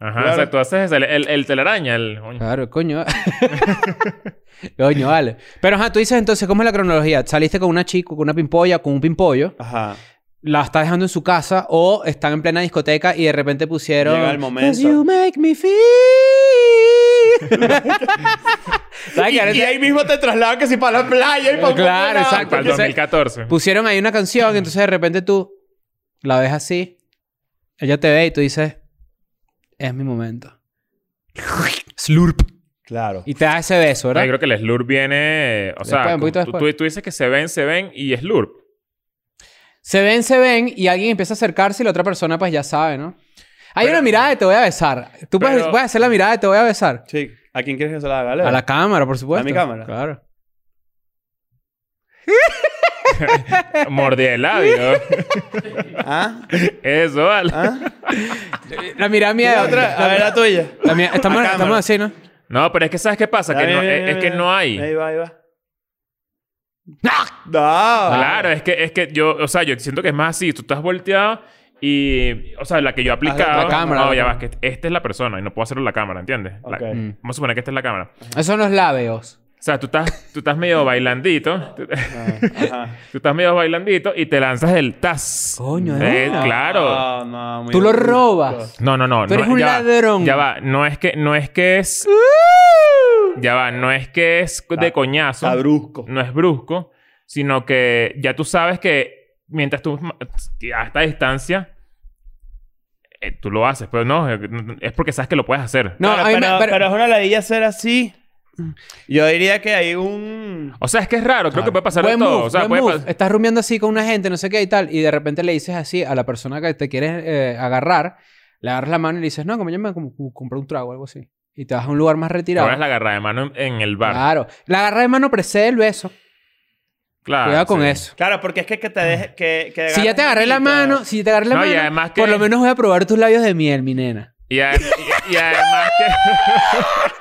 S2: Ajá,
S3: Claro.
S2: o sea, tú haces el, el, el telaraña, el...
S4: Claro, coño. coño, vale. Pero ajá, tú dices entonces, ¿cómo es la cronología? ¿Saliste con una chica, con una pimpolla, con un pimpollo?
S3: Ajá.
S4: ¿La está dejando en su casa o están en plena discoteca y de repente pusieron...
S3: Llega el momento.
S4: 'Cause you make me feel... ¿Sabes
S3: Y,
S4: qué? Ahora
S3: y ahí mismo te trasladan que si para la playa y para
S4: Claro, exacto.
S2: Para el
S4: Yo sé-
S2: 2014.
S4: Pusieron ahí una canción y entonces de repente tú la ves así, ella te ve y tú dices, es mi momento. Slurp.
S3: Claro.
S4: Y te da ese beso,
S2: Yo
S4: ¿verdad?
S2: creo que el slurp viene... O sea,
S4: Después, un poquito
S2: como tú,
S4: después.
S2: tú- tú dices que se ven, se ven y slurp.
S4: Se ven, se ven y alguien empieza a acercarse y la otra persona pues ya sabe, ¿no? Hay
S2: Pero-
S4: una mirada de te voy a besar. Tú puedes,
S2: Pero-
S4: puedes hacer la mirada de te voy a besar.
S3: Sí. ¿A quién quieres que se la haga? Leo?
S4: A la cámara, por supuesto.
S3: A mi cámara.
S4: Claro.
S2: Mordí el labio.
S3: ¿Ah?
S2: Eso, vale.
S3: ¿Ah?
S4: La mirada mía
S3: La
S4: de
S3: otra, a ver la tuya.
S4: La mía- Estamos,
S3: A cámara.
S4: estamos así, ¿no?
S2: No, pero es que ¿sabes qué pasa? Que
S3: Ahí,
S2: no-
S3: ahí,
S2: es,
S3: ahí,
S2: es que
S3: ahí.
S2: no
S3: Ahí
S2: hay.
S3: va, ahí va. ¡No!
S2: Claro, es que, es que yo... O sea, yo siento que es más así. Tú estás volteado y... O sea, la que yo aplicaba...
S4: la cámara,
S2: No,
S4: la
S2: ya vas.
S4: cámara.
S2: Que esta es la persona y no puedo hacerlo en la cámara, ¿entiendes? La-
S3: Ok.
S4: Mm.
S2: Vamos a suponer que esta es la cámara.
S4: Esos son los labios.
S2: O sea, tú estás, tú estás medio bailandito. Tú,
S3: Ajá.
S2: tú estás medio bailandito y te lanzas el tas.
S4: Coño,
S2: Eh,
S4: de verdad.
S2: Claro.
S3: No, Ah, no, muy
S4: Tú lo
S3: bruto.
S4: robas.
S2: No, no, no.
S4: Tú eres
S2: no,
S4: un
S2: ya va,
S4: ladrón.
S2: ya va. No es que, no es que es.
S4: ¡Uh!
S2: Ya va. No es que es de
S3: Está-
S2: coñazo.
S3: Está brusco.
S2: No es brusco. Sino que ya tú sabes que mientras tú ma- a esta distancia. eh, tú lo haces, pero no, eh, es porque sabes que lo puedes hacer.
S4: No,
S3: Claro,
S4: a mí me-
S3: pero,
S4: pero-
S3: pero es una ladilla ser así. Yo diría que hay un...
S2: O sea, es que es raro, creo que puede pasar de
S4: Buen
S2: todo.
S4: move,
S2: o sea,
S4: buen
S2: puede
S4: move.
S2: pas-
S4: Estás rumiando así con una gente, no sé qué y tal, y de repente le dices así a la persona que te quieres eh, agarrar, le agarras la mano y le dices, no, como yo me como, como compré un trago o algo así. Y te vas a un lugar más retirado.
S2: Ahora es la agarra de mano en, en el bar.
S4: Claro. La agarra de mano precede el beso.
S2: Claro,
S4: Cuidado con
S2: Ah, sí.
S4: eso.
S3: Claro, porque es que, que te deje... Que, que
S4: Si ya te
S3: agarres
S4: agarré la
S3: poquito.
S4: mano, si te agarré la
S2: No, y
S4: mano,
S2: además que-
S4: por lo menos voy a probar tus labios de miel, mi nena.
S2: Y, a- y- y además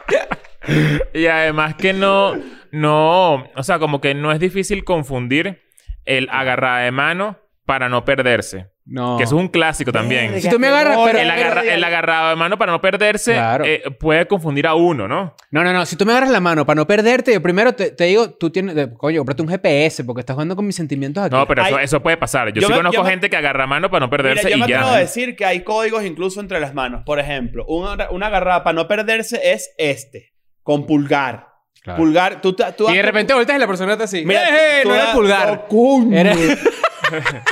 S2: que. y además que no. No. O sea, como que no es difícil confundir el agarrada de mano para no perderse.
S4: No.
S2: Que eso es un clásico también.
S4: Si tú me agarras, pero-
S2: El, agarra- el agarrado de mano para no perderse
S4: Claro.
S2: eh, puede confundir a uno, ¿no?
S4: No, no, no. Si tú me agarras la mano para no perderte, yo primero te, te digo, tú tienes... de- coño, cómprate un GPS porque estás jugando con mis sentimientos aquí.
S2: No, pero eso,
S3: Ay.
S2: eso puede pasar. Yo,
S3: Yo
S2: sí
S3: me-
S2: conozco
S3: yo me-
S2: gente que agarra mano para no perderse
S3: Mira, yo me
S2: y ya.
S3: atrevo a decir que hay códigos incluso entre las manos. Por ejemplo, una, una agarrada para no perderse es este. con pulgar.
S4: Claro.
S3: Pulgar, tú, te- tú
S4: Y de repente volteas y la persona está así.
S3: Mira,
S4: ¡Eh,
S3: tú
S4: no
S3: da-
S4: era pulgar!
S3: ¡Oh, coño!
S4: Era-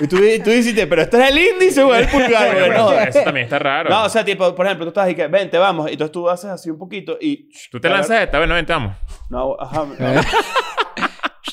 S3: Y tú, tú dijiste, pero este es el índice o el pulgar.
S2: Bueno,
S3: güey,
S2: pero
S3: no.
S2: eso- eso también está raro.
S3: No, o sea, tipo, por ejemplo, tú estás y que, vente, vamos. Y entonces tú haces así un poquito y...
S2: Tú te lanzas esta, bueno, vente, vamos.
S3: No, ajá. no.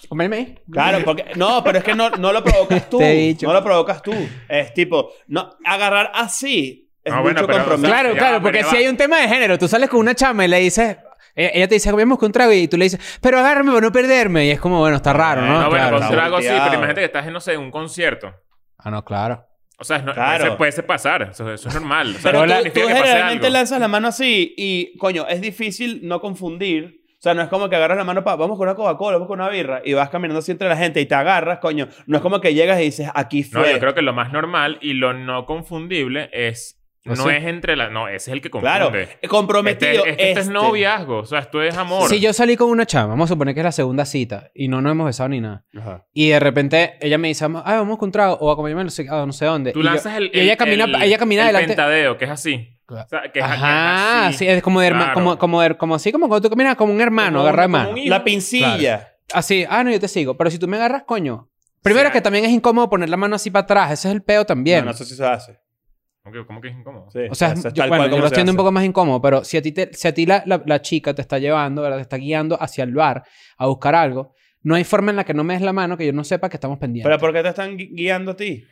S4: Cómeme ahí.
S3: Claro, porque... No, pero es que no, no lo provocas tú.
S4: Te he dicho.
S3: No lo provocas tú. Es tipo, no, agarrar así es
S2: No,
S3: mucho
S2: Ah, bueno, pero, o sea,
S3: compromiso.
S4: Claro,
S2: Ya,
S4: claro,
S2: pero
S4: porque
S2: ya
S4: si
S2: va.
S4: hay un tema de género, tú sales con una chama y le dices, e- ella te dice, comemos con trago y tú le dices, pero agárrame para no perderme. Y es como, bueno, está raro, ¿no?
S2: No, bueno,
S4: Claro.
S2: con trago sí,
S3: volteado.
S2: pero imagínate que estás en, no sé, en un concierto.
S4: Ah, no, claro.
S2: O sea, no,
S3: Claro.
S2: se puede pasar. Eso, eso es normal. O sea,
S3: Pero
S2: no
S3: tú,
S2: significa
S3: tú
S2: que pase
S3: generalmente
S2: algo.
S3: lanzas la mano así y, coño, es difícil no confundir. O sea, no es como que agarras la mano para, vamos con una Coca-Cola, vamos con una birra, y vas caminando así entre la gente y te agarras, coño. No es como que llegas y dices, aquí fue.
S2: No, yo creo que lo más normal y lo no confundible es...
S4: ¿Ah,
S2: No
S4: sí?
S2: es entre las... No, ese es el que confunde.
S3: Claro, comprometido.
S2: Este, es que esto es
S3: este.
S2: noviazgo. O sea, esto es amor.
S4: Si yo salí con una chama, vamos a suponer que es la segunda cita y no nos hemos besado ni nada.
S3: Ajá.
S4: Y de repente ella me dice, vamos- ah, vamos con trago o a comerme no sé, a no sé dónde.
S2: Tú
S4: Y yo-
S2: lanzas el...
S4: y ella
S2: el-
S4: camina,
S2: el-
S4: ella camina
S2: el
S4: adelante.
S2: pentadeo, que es así. O sea, que es-
S4: Ajá,
S2: que es
S4: sí, es como, de herma-
S2: Claro.
S4: como, como, de- como así, como cuando tú caminas como un hermano,
S2: Como un-
S4: agarra de
S2: como
S4: mano.
S2: un
S3: La pincilla.
S4: Así, ah, no, yo te sigo. Pero si tú me agarras, coño. Primero
S2: Sí,
S4: que
S2: ah.
S4: también es incómodo poner la mano así para atrás. Ese es el peo también.
S3: No, no sé si se hace.
S2: ¿Cómo que, cómo que es incómodo?
S3: Sí,
S4: O sea, es-
S3: eso es
S4: yo,
S3: tal
S4: bueno,
S3: cual
S4: yo
S3: como
S4: lo
S3: se
S4: entiendo un
S3: hace.
S4: poco más incómodo, pero si a ti, te- si a ti la, la- la chica te está llevando, ¿verdad? Te está guiando hacia el bar a buscar algo, no hay forma en la que no me des la mano que yo no sepa que estamos pendientes.
S3: Pero ¿por qué te están gui- guiando a ti?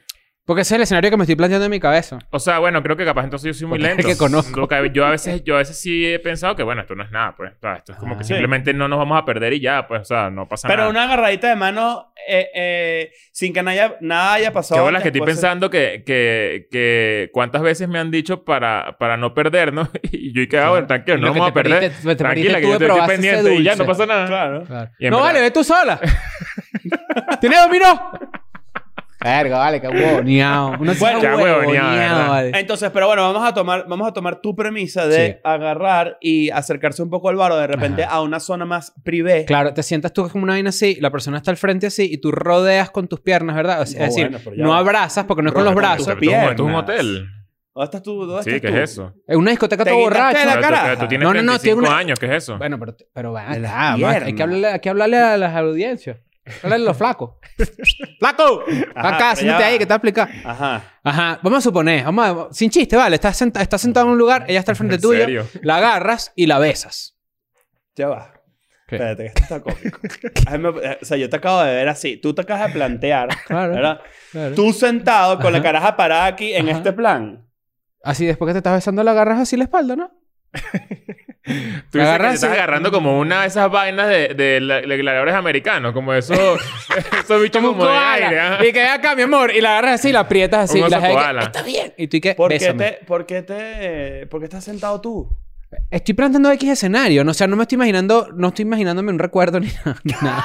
S4: Porque ese es el escenario que me estoy planteando en mi cabeza.
S2: O sea, bueno, creo que capaz entonces yo soy muy
S4: Porque es
S2: lento.
S4: que conozco.
S2: Lo que- Yo a veces, yo a veces sí he pensado que, bueno, esto no es nada, pues. O sea, esto es como
S4: Ah.
S2: que
S3: Sí.
S2: simplemente no nos vamos a perder y ya, pues, o sea, no pasa
S3: Pero
S2: nada.
S3: una agarradita de mano eh, eh, sin que nada, nada haya pasado.
S2: Qué bolas que
S3: antes, pues,
S2: estoy pensando
S3: puede ser-
S2: que, que, que cuántas veces me han dicho para, para no perdernos y yo he quedado, bueno, tranquilo,
S4: Y
S2: no
S4: lo que
S2: vamos a
S4: te
S2: perder.
S4: perdiste- te perdiste
S2: Tranquila, que
S4: tú
S2: yo
S4: de
S2: estoy
S4: probar ese
S2: pendiente y ya
S4: dulce.
S2: no pasa nada.
S3: Claro.
S2: Y en
S4: No
S2: verdad-
S4: vale, ve tú sola. ¿Tienes dominó? Verga, vale, que huevoneado. Uno se
S2: Bueno,
S4: deja
S2: ya huevoneado,
S4: huevoneado,
S2: ¿verdad?
S4: vale.
S3: Entonces, pero bueno, vamos a tomar, vamos a tomar tu premisa de
S4: Sí.
S3: agarrar y acercarse un poco al bar o de repente
S4: Ajá.
S3: a una zona más privé.
S4: Claro, te sientas tú como una vaina así, la persona está al frente así y tú rodeas con tus piernas, ¿verdad? O sea,
S3: No,
S4: es decir,
S3: bueno, pero ya
S4: no
S3: va.
S4: abrazas porque no es con los
S2: Pero,
S4: brazos.
S2: pero esto es un- esto es un
S3: piernas.
S2: hotel.
S3: ¿Dónde estás tú? ¿Dónde
S2: Sí,
S3: estás
S2: ¿qué
S3: tú?
S2: es eso?
S4: En una discoteca
S3: Te
S4: todo
S3: guindaste
S4: borracho.
S3: de la
S2: Pero tú-
S3: caraja.
S2: pero Tú tienes
S4: No, no, no, tiene
S2: 35
S4: una-
S2: años, ¿qué es eso?
S4: Bueno, pero, pero va
S3: En las
S4: acá, va, hay, que
S3: piernas.
S4: hablarle, hay que hablarle a las audiencias. Hablarle a los flacos. ¡Flaco!
S3: Ajá,
S4: acá,
S3: pero ya
S4: siéntate
S3: va.
S4: ahí que te va a explicar.
S3: Ajá.
S4: Ajá, vamos a suponer, vamos a- sin chiste, vale, estás, senta- estás sentado en un lugar, ella está al frente
S2: ¿En
S4: tuyo,
S2: serio?
S4: la agarras y la besas.
S3: Ya va.
S4: ¿Qué?
S3: Espérate, que esto está cómico. Hazme- eh, o sea, yo te acabo de ver así. Tú te acabas de plantear,
S4: Claro.
S3: ¿verdad?
S4: claro.
S3: Tú sentado con la
S4: Ajá.
S3: caraja parada aquí en
S4: Ajá.
S3: este plan.
S4: Así después que te estás besando, la agarras así la espalda, ¿no?
S2: Tú dices que
S4: Agarras
S2: te estás
S4: y-
S2: agarrando como una de esas vainas de, de, la- de gladiadores americanos, como esos, esos bichos como, de
S4: koala.
S2: aire. ajá.
S4: Y que ven acá, mi amor, y la agarras así, la aprietas así.
S2: Un oso
S4: la dejas ahí que,
S2: koala.
S4: Está bien. Y tú y que,
S3: ¿Por qué,
S4: bésame.
S3: te, ¿Por qué te... ¿Por qué estás sentado tú?
S4: Estoy planteando X escenario, no, o sea, no me estoy imaginando, no estoy imaginándome un recuerdo ni nada. ni nada.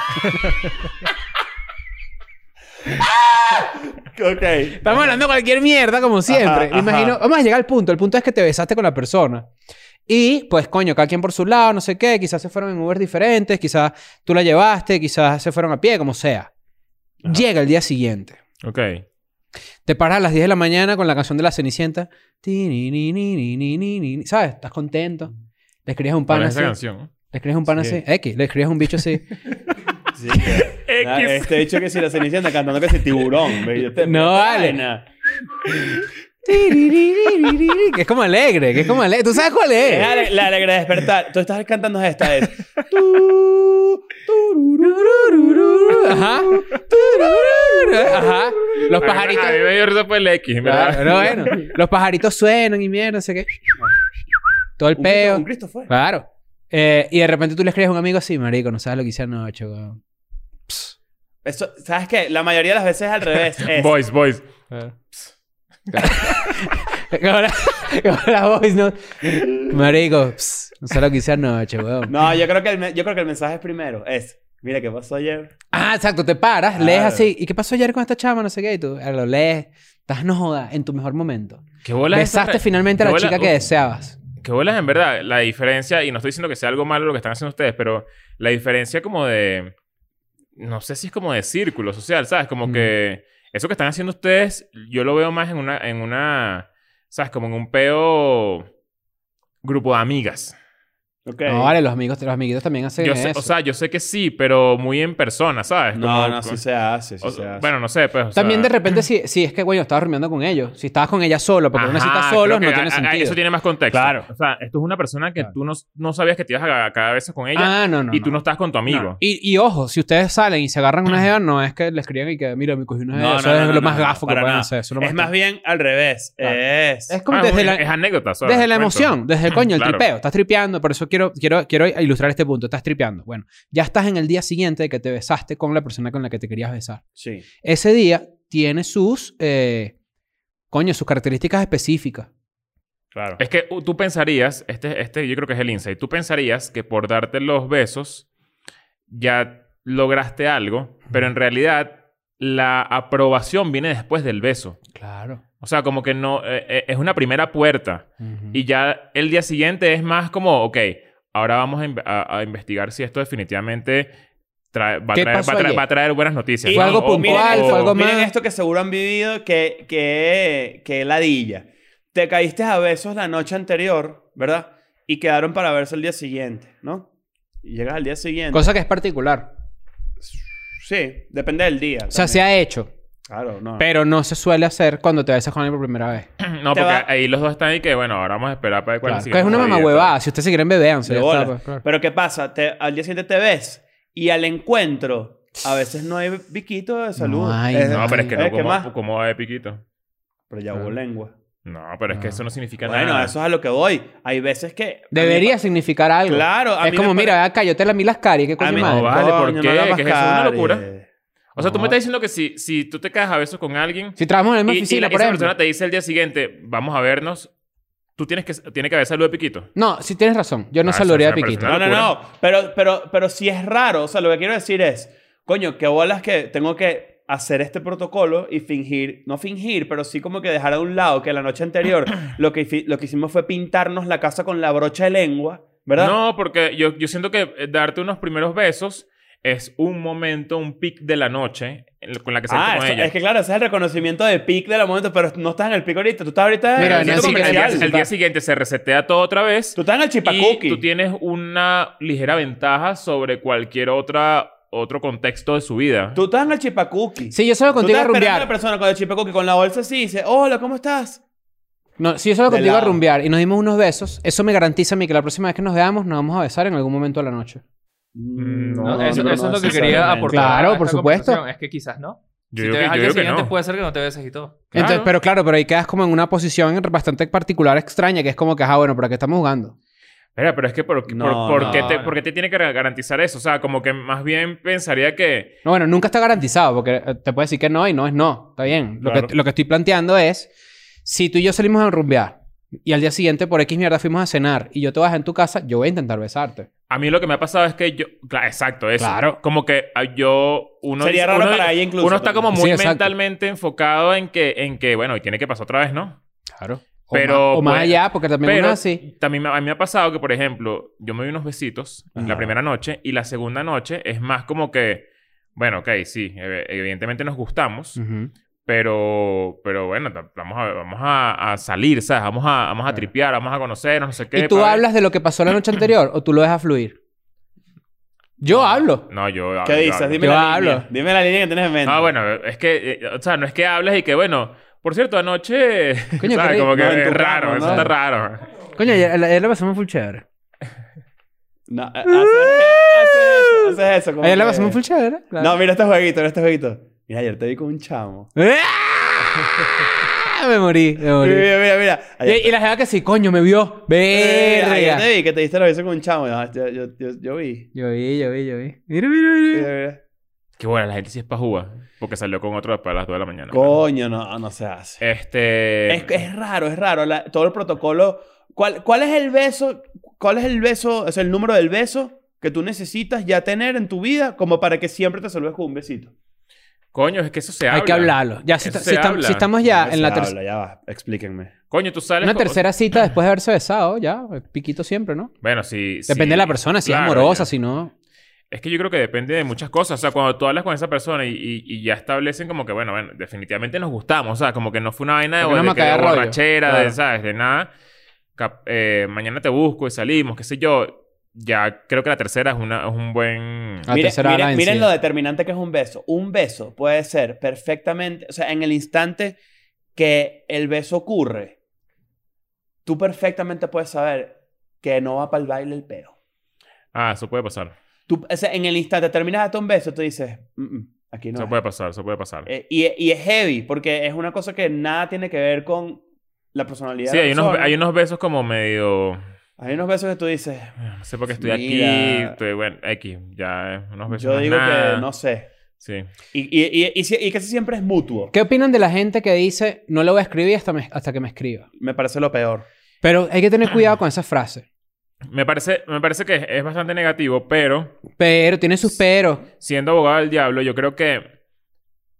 S3: Ok.
S4: Estamos hablando cualquier mierda, como siempre.
S3: Ajá,
S4: Me imagino,
S3: ajá.
S4: vamos a llegar al punto. El punto es que te besaste con la persona. Y pues, coño, cada quien por su lado, no sé qué. Quizás se fueron en Uber diferentes, quizás tú la llevaste, quizás se fueron a pie, como sea. Llega el día siguiente.
S2: Ok.
S4: Te paras a las 10 de la mañana con la canción de la Cenicienta. Tiririririririririri. ¿Sabes? Estás contento. Le escribías a un pan
S2: Para
S4: así.
S2: esa canción.
S4: Le escribías a un pan
S3: Sí.
S4: así. X. Le escribías a un bicho así.
S3: Sí. Nah, este hecho que si la Cenicienta cantando que si tiburón. ve, yo te-
S4: No vale.
S3: Vaina.
S4: Tiriririririririri. que es como alegre. Que es como alegre. ¿Tú sabes cuál
S3: Es
S4: es?
S3: ale- la alegre de despertar. Tú estás cantando esta es.
S4: Ajá. Turururu. Ajá.
S2: A mí me-
S4: Los pajaritos.
S2: A mí me dio risa por el X, ¿verdad?
S4: Claro, no, bueno. Los pajaritos suenan y mierda, no sé qué. Todo el
S3: Un Cristo, un
S4: peo.
S3: Cristo fue.
S4: Claro. Eh, y de repente tú le escribes a un amigo así, marico, no sabes lo que hice anoche, weón.
S3: Eso, ¿Sabes qué? La mayoría de las veces es al revés. Es,
S2: Boys, boys.
S4: Como la, como la voz, ¿no? Marico, pss, no sabes lo que hice anoche, weón.
S3: No, yo creo, que el, me- yo creo que el mensaje es primero. Es, mira qué pasó ayer.
S4: Ah, exacto, te paras, lees
S3: Claro.
S4: así. ¿Y qué pasó ayer con esta chama? No sé qué. Y tú eh, lo lees, estás no joda, en tu mejor momento.
S2: ¿Qué bolas es
S4: Besaste
S2: esa-
S4: finalmente a
S2: qué
S4: la
S2: bola-
S4: chica que deseabas.
S2: Qué bolas, en verdad. La diferencia, y no estoy diciendo que sea algo malo lo que están haciendo ustedes, pero la diferencia como de. No sé si es como de círculo social, ¿sabes? Como
S4: Mm.
S2: que. Eso que están haciendo ustedes, yo lo veo más en una. En una ¿Sabes? Como en un peo. Grupo de amigas.
S3: Ok.
S4: No, vale, los amigos, los amiguitos también hacen
S2: Yo sé-
S4: eso.
S2: o sea, yo sé que sí, pero muy en persona, ¿sabes?
S3: no,
S2: Como-
S3: no, sí
S2: con-
S3: se hace, sí
S2: o-
S3: se hace.
S2: Bueno, no sé, pues. o
S4: también
S2: sea-
S4: de repente, si, si es que, güey, estabas durmiendo con ellos. Si estabas con ella solo, porque una
S2: Ajá,
S4: cita solo,
S2: creo
S4: no
S2: que
S4: tiene
S2: a- a-
S4: sentido.
S2: Eso tiene más contexto.
S4: Claro.
S2: O sea, esto es una persona que
S4: Claro.
S2: tú no, no sabías que te ibas a cada vez con ella
S4: ah, no, no.
S2: y tú no.
S4: no.
S2: estás con tu amigo.
S4: No. Y, y ojo, si ustedes salen y se agarran una jeva, no es que les crían y que, mira, me cogí una jeva. Eh, eso es lo más gafo que
S3: para
S4: pueden
S3: nada.
S4: hacer. Eso es lo
S3: Es más bien al revés.
S4: Claro.
S3: Es.
S4: Es como
S2: Ah,
S4: desde
S2: bueno,
S4: la,
S2: es anécdota, ¿sabes?
S4: desde la
S2: Cuento.
S4: emoción, desde el coño, el
S2: Claro.
S4: tripeo. Estás tripeando, por eso quiero, quiero, quiero ilustrar este punto. Estás tripeando. Bueno, ya estás en el día siguiente de que te besaste con la persona con la que te querías besar.
S3: Sí.
S4: Ese día tiene sus, eh, coño, sus características específicas.
S3: Claro.
S2: Es que uh, tú pensarías, este, este yo creo que es el insight, tú pensarías que por darte los besos ya lograste algo, pero en realidad la aprobación viene después del beso.
S4: Claro.
S2: O sea, como que no, eh, eh, es una primera puerta. Y ya el día siguiente es más como, ok, ahora vamos a, inve- a- a investigar si esto definitivamente trae- va, a
S4: ¿Qué
S2: traer,
S4: pasó
S2: va a traer-
S4: ayer?
S2: va a traer buenas noticias.
S4: Fue algo
S3: miren
S4: puntual,
S3: esto,
S4: fue algo
S3: Miren
S4: más.
S3: esto que seguro han vivido que, que, que ladilla. Te caíste a besos la noche anterior, ¿verdad? Y quedaron para verse el día siguiente, ¿no? Y llegas al día siguiente.
S4: Cosa que es particular.
S3: Sí, depende del día.
S4: O sea, se ha hecho,
S3: Claro, no.
S4: pero no se suele hacer cuando te besas con alguien por primera vez.
S2: No,
S3: Te
S2: porque
S3: va-
S2: ahí los dos están ahí que, bueno, ahora vamos a esperar para ver cuál
S4: Claro.
S2: es
S4: Que es una mamá huevada. Si ustedes se quieren beber, pues.
S3: De bola. Pero ¿qué pasa? Te- al día siguiente te ves y al encuentro a veces no hay biquito de salud.
S4: hay,
S3: Es-
S2: No, pero es que no,
S3: Eh, ¿qué más?
S2: como, como va de piquito.
S3: Pero ya hubo
S4: Claro.
S3: lengua.
S2: No, pero es que
S4: No.
S2: eso no significa
S3: Bueno,
S2: nada.
S3: eso es a lo que voy. Hay veces que... a mí me
S4: Debería
S3: pa-
S4: significar algo.
S3: Claro. a
S4: es
S3: mí
S4: como,
S3: me
S4: mira,
S3: pa-
S4: ve acá, yo te la mí las caries. ¿Qué coño
S3: a mí-
S4: madre?
S2: no Ah, Oh, vale, ¿por
S3: Coño,
S2: qué?
S3: la
S2: Que
S3: hagas
S2: eso es una
S3: caries.
S2: locura. O sea, tú
S4: No.
S2: me estás diciendo que si, si tú te quedas a besos con alguien
S4: Si trabajamos en la
S2: y,
S4: misma
S2: y
S4: oficina,
S2: la-
S4: por
S2: esa
S4: ejemplo.
S2: persona te dice el día siguiente, vamos a vernos, tú tienes que, tiene que haber salud de piquito.
S4: No, sí tienes razón. Yo no
S2: Ah, eso
S4: saludaría a
S2: me
S4: Piquito.
S2: parece
S3: No, no,
S2: locura.
S3: no. Pero, pero, pero si es raro, o sea, lo que quiero decir es, coño, qué bolas que tengo que hacer este protocolo y fingir, no fingir, pero sí como que dejar a un lado que la noche anterior lo que, hici- lo que hicimos fue pintarnos la casa con la brocha de lengua, ¿verdad?
S2: No, porque yo, yo siento que eh, darte unos primeros besos es un momento, un pic de la noche en- con la que sales
S3: Ah,
S2: con
S3: eso-
S2: ella.
S3: es que claro, ese es el reconocimiento de pic de la momento, pero no estás en el pic ahorita, tú estás ahorita en
S4: Mira,
S3: el
S4: Nancy,
S3: centro
S2: Siento como que el, día,
S3: comercial.
S2: el día siguiente se resetea todo otra vez
S3: Tú estás en el
S2: y
S3: chipacuqui.
S2: tú tienes una ligera ventaja sobre cualquier otra otro contexto de su vida.
S3: Tú estás en el chipacuqui.
S4: Si yo salgo
S3: Tú
S4: contigo a
S3: estás esperando a la
S4: rumbear.
S3: persona con el chipacuqui con la bolsa así y dice, hola, ¿cómo estás?
S4: No, si yo salgo
S3: De
S4: contigo a
S3: lado.
S4: rumbear y nos dimos unos besos, eso me garantiza a mí que la próxima vez que nos veamos nos vamos a besar en algún momento de la noche.
S5: Mm, No, eso, eso es lo que quería
S3: necesariamente.
S5: aportar.
S4: Claro,
S5: a esta
S4: por supuesto.
S5: conversación. Es que quizás no.
S2: Yo
S5: si
S2: digo
S5: te
S2: que-
S5: ves al
S2: yo
S5: día
S2: digo que
S5: siguiente,
S2: no.
S5: puede ser que no te beses y todo.
S2: Claro.
S4: pues, Entonces, pero claro, pero ahí quedas como en una posición bastante particular, extraña, que es como que, ah, bueno, pero aquí estamos jugando.
S2: Espera, pero es que ¿por, por-
S3: No,
S2: por
S3: no,
S2: qué te,
S5: no.
S2: por qué te tiene que garantizar eso? O sea, como que más bien pensaría que...
S4: No, bueno, nunca está garantizado, porque eh, te puede decir que no y no es no. Está bien. Lo,
S2: Claro.
S4: que, lo que estoy planteando es, si tú y yo salimos a rumbear y al día siguiente por X mierda fuimos a cenar y yo te vas en tu casa, yo voy a intentar besarte.
S2: A mí lo que me ha pasado es que yo... Claro, exacto, eso.
S4: Claro.
S2: Como que ah, yo... Uno dice-
S3: Sería raro
S2: uno-
S3: para ella incluso,
S2: Uno está
S3: pero-
S2: como
S4: Sí,
S2: muy
S4: exacto.
S2: mentalmente enfocado en que, en que, bueno, y tiene que pasar otra vez, ¿no?
S4: Claro. O
S2: Pero,
S4: más, o más
S2: pues,
S4: allá, porque también
S2: Pero
S4: uno es así.
S2: también me- a mí me ha pasado que, por ejemplo, yo me doy unos besitos la primera noche y la segunda noche es más como que, bueno, ok, sí, ev- evidentemente nos gustamos, pero, pero bueno, ta- vamos a, vamos a, a salir, ¿sabes? Vamos a, vamos a tripear, vamos a conocernos, no sé qué.
S4: ¿Y tú
S2: pa' ver.
S4: hablas de lo que pasó la noche anterior o tú lo dejas fluir? Yo hablo.
S2: No, yo hablo.
S3: ¿Qué
S2: yo
S3: dices?
S2: hablo.
S3: Dime
S4: Yo
S3: la
S4: hablo.
S3: línea. Dime la línea que tienes en mente.
S2: No, bueno, es que, eh, o sea, no es que hablas y que, bueno, por cierto, anoche,
S4: Coño,
S2: ¿sabes?
S4: qué
S2: Como que
S3: rico. No, en tu
S2: es raro,
S3: cama,
S2: eso
S3: ¿no?
S2: está raro.
S4: Coño, ayer, ayer la pasamos full chévere.
S3: No, eh, haces eso, haces eso. como
S4: Ayer la
S3: que-
S4: pasamos full chévere. claro.
S3: No, mira este jueguito, mira este jueguito. Mira, ayer te vi con un chamo.
S4: ¡Ah! Me morí, me morí.
S3: Mira, mira, mira. mira. Ayer,
S4: Y, y la gente que sí, coño, me vio.
S3: Eh, ayer
S4: Verga.
S3: te vi que te diste la beso con un chamo. Ah, Yo, yo, yo, yo vi.
S4: Yo vi, yo vi, yo vi. Mira, mira,
S3: Mira,
S4: mira.
S3: mira.
S2: Qué bueno, la gente sí es pajúa, porque salió con otro después de las 2 de la mañana.
S3: Coño, no, no se hace.
S2: Este.
S3: Es, es raro, es raro. la- todo el protocolo. ¿Cuál, ¿Cuál es el beso? ¿Cuál es el beso? O sea, el número del beso que tú necesitas ya tener en tu vida como para que siempre te saludes con un besito.
S2: Coño, es que eso se habla.
S4: Hay que hablarlo. Ya, si,
S2: Eso
S4: esta-
S2: se
S4: si estamos-
S2: habla.
S4: si estamos Ah, ya en la
S3: Se
S4: tercera.
S3: habla, Ya va, explíquenme.
S2: Coño, tú sales.
S4: Una
S2: con-
S4: tercera cita después de haberse besado, ya. Piquito siempre, ¿no?
S2: Bueno, sí.
S4: Depende de la persona, si es amorosa, si no.
S2: Es que yo creo que depende de muchas cosas. O sea, cuando tú hablas con esa persona y, y- y ya establecen como que, bueno, bueno, definitivamente nos gustamos. O sea, como que no fue una vaina de,
S4: Porque no
S2: de
S4: me
S2: que
S4: cae
S2: de
S4: rollo.
S2: borrachera, de,
S4: Claro.
S2: ¿sabes? De nada. Cap- eh, mañana te busco y salimos, qué sé yo. ya creo que la tercera es, una, es un buen...
S4: La
S3: Mire-
S4: tercera
S3: miren,
S4: ala en
S3: miren
S4: sí.
S3: lo determinante que es un beso. Un beso puede ser perfectamente, o sea, en el instante que el beso ocurre, tú perfectamente puedes saber que no va para el baile el peo.
S2: Ah, eso puede pasar.
S3: Tú, o sea, en el instante terminas de darte un beso, tú dices, "Mm, mm, aquí no.
S2: eso
S3: es".
S2: puede pasar, eso puede pasar.
S3: Eh, y, y es heavy, porque es una cosa que nada tiene que ver con la personalidad.
S2: sí,
S3: de la
S2: hay unos,
S3: persona.
S2: hay unos besos como medio... ah,
S3: Hay unos besos que tú dices,
S2: No sé por qué estoy aquí.
S3: Mira.
S2: Estoy, bueno, X. Ya, eh, unos besos.
S3: yo
S2: más
S3: digo
S2: nada.
S3: que no sé.
S2: Sí.
S3: Y, y, y, y, si- y casi siempre es mutuo.
S4: ¿Qué opinan de la gente que dice, no le voy a escribir hasta, me- hasta que me escriba?
S3: Me parece lo peor.
S4: Pero hay que tener cuidado con esa frase.
S2: Me parece, me parece que es- es bastante negativo, pero
S4: Pero, tiene sus peros.
S2: siendo abogado del diablo, yo creo que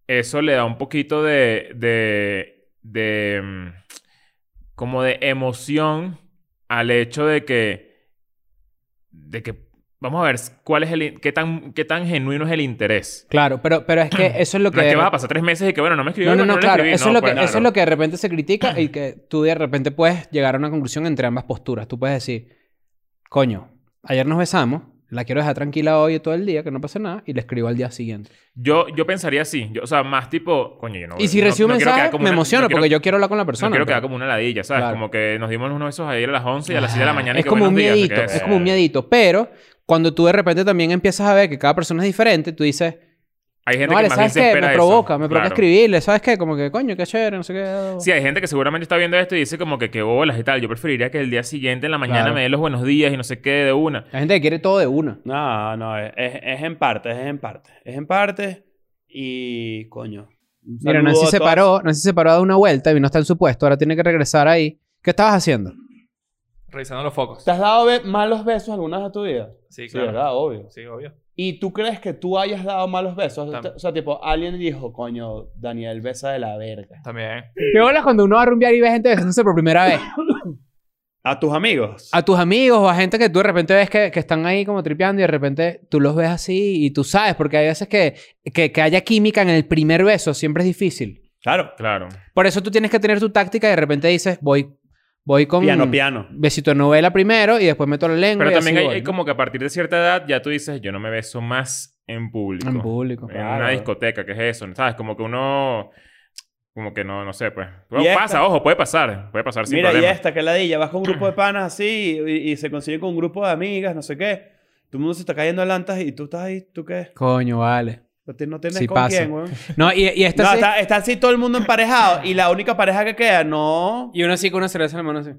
S2: eso le da un poquito de. de. de. mm, como de emoción al hecho de que. de que. Vamos a ver cuál es el. in- qué tan, qué tan genuino es el interés.
S4: Claro, pero, pero es que eso es lo que...
S2: No es que vas a pasar tres meses y que bueno, no me escribió.
S4: No, no, no,
S2: le
S4: claro.
S2: escribí.
S4: Eso,
S2: No,
S4: es lo que,
S2: pues,
S4: eso es
S2: claro.
S4: lo que de repente se critica y que tú de repente puedes llegar a una conclusión entre ambas posturas. Tú puedes decir, coño, ayer nos besamos, la quiero dejar tranquila hoy y todo el día, que no pase nada, y le escribo al día siguiente.
S2: Yo, yo pensaría así. Yo, o sea, más tipo, coño, yo no pues,
S4: y si
S2: no-
S4: recibo
S2: no
S4: un
S2: quiero
S4: mensaje,
S2: quedar como
S4: me
S2: una-
S4: emociono
S2: no quiero-
S4: porque yo quiero hablar con la persona.
S2: No quiero quedar
S4: pero-
S2: como una ladilla, ¿sabes?
S4: pues. Claro.
S2: Como que nos dimos unos besos ayer a las 11 y a las 6 de la mañana. y
S4: Es
S2: que
S4: como un
S2: buenos días, no sé
S4: miedito,
S2: qué.
S4: es como un miedito. Pero cuando tú de repente también empiezas a ver que cada persona es diferente, tú dices,
S2: Hay gente
S4: no vale,
S2: que más bien
S4: ¿sabes
S2: se
S4: qué?
S2: espera
S4: Me
S2: eso.
S4: provoca, me provoca
S2: Claro.
S4: escribirle, ¿sabes qué? Como que, coño, qué chévere, no sé qué.
S2: Sí, hay gente que seguramente está viendo esto y dice como que qué bolas y tal. Yo preferiría que el día siguiente en la mañana
S4: Claro.
S2: me dé los buenos días y no sé qué de una.
S4: La gente que quiere todo de una.
S3: No, no, es, es- es en parte, es en parte. Es en parte y coño. un
S4: Mira,
S3: saludo
S4: Nancy
S3: a
S4: se
S3: todas-
S4: paró, Nancy se paró a dar una vuelta y vino hasta en su puesto, ahora tiene que regresar ahí. ¿Qué estabas haciendo?
S5: Revisando los focos.
S3: ¿Te has dado be- malos besos alguna vez a tu vida?
S5: Sí,
S3: Sí,
S5: claro.
S3: ¿verdad? Obvio.
S5: Sí, obvio.
S3: ¿Y tú crees que tú hayas dado malos besos? O sea,
S5: Tam-
S3: O sea, tipo, alguien dijo, coño, Daniel besa de la verga.
S5: También.
S4: ¿Qué bolas cuando uno va a rumbear y ve gente besándose por primera vez?
S3: ¿A tus amigos?
S4: A tus amigos o a gente que tú de repente ves que, que están ahí como tripeando y de repente tú los ves así y tú sabes, porque hay veces que, que, que haya química en el primer beso, siempre es difícil.
S3: Claro.
S2: Claro.
S4: Por eso tú tienes que tener tu táctica y de repente dices, voy, voy con
S3: Piano, piano.
S4: besito de novela primero y después meto la lengua.
S2: Pero
S4: y
S2: también
S4: así
S2: hay,
S4: voy,
S2: hay
S4: ¿no?
S2: como que a partir de cierta edad ya tú dices yo no me beso más en público.
S4: En público.
S2: En
S3: Claro.
S2: una discoteca, ¿qué es eso? ¿Sabes? Como que uno... Como que no, no sé, pues. Bueno,
S3: Y esta-
S2: pasa, ojo, puede pasar. Puede pasar pues, sin
S3: Mira,
S2: problema.
S3: y esta, que ladilla. Vas con un grupo de panas así y, y se consiguen con un grupo de amigas, no sé qué. Todo el mundo se está cayendo de lantas y tú estás ahí, ¿tú qué?
S4: Coño, vale.
S3: No te- no tienes
S4: Sí
S3: con
S4: pasa.
S3: quién, weón.
S4: No, y, y esta
S3: No,
S4: sí-
S3: está, está así todo el mundo emparejado y la única pareja que queda, no.
S4: Y uno así con una cerveza en la mano así.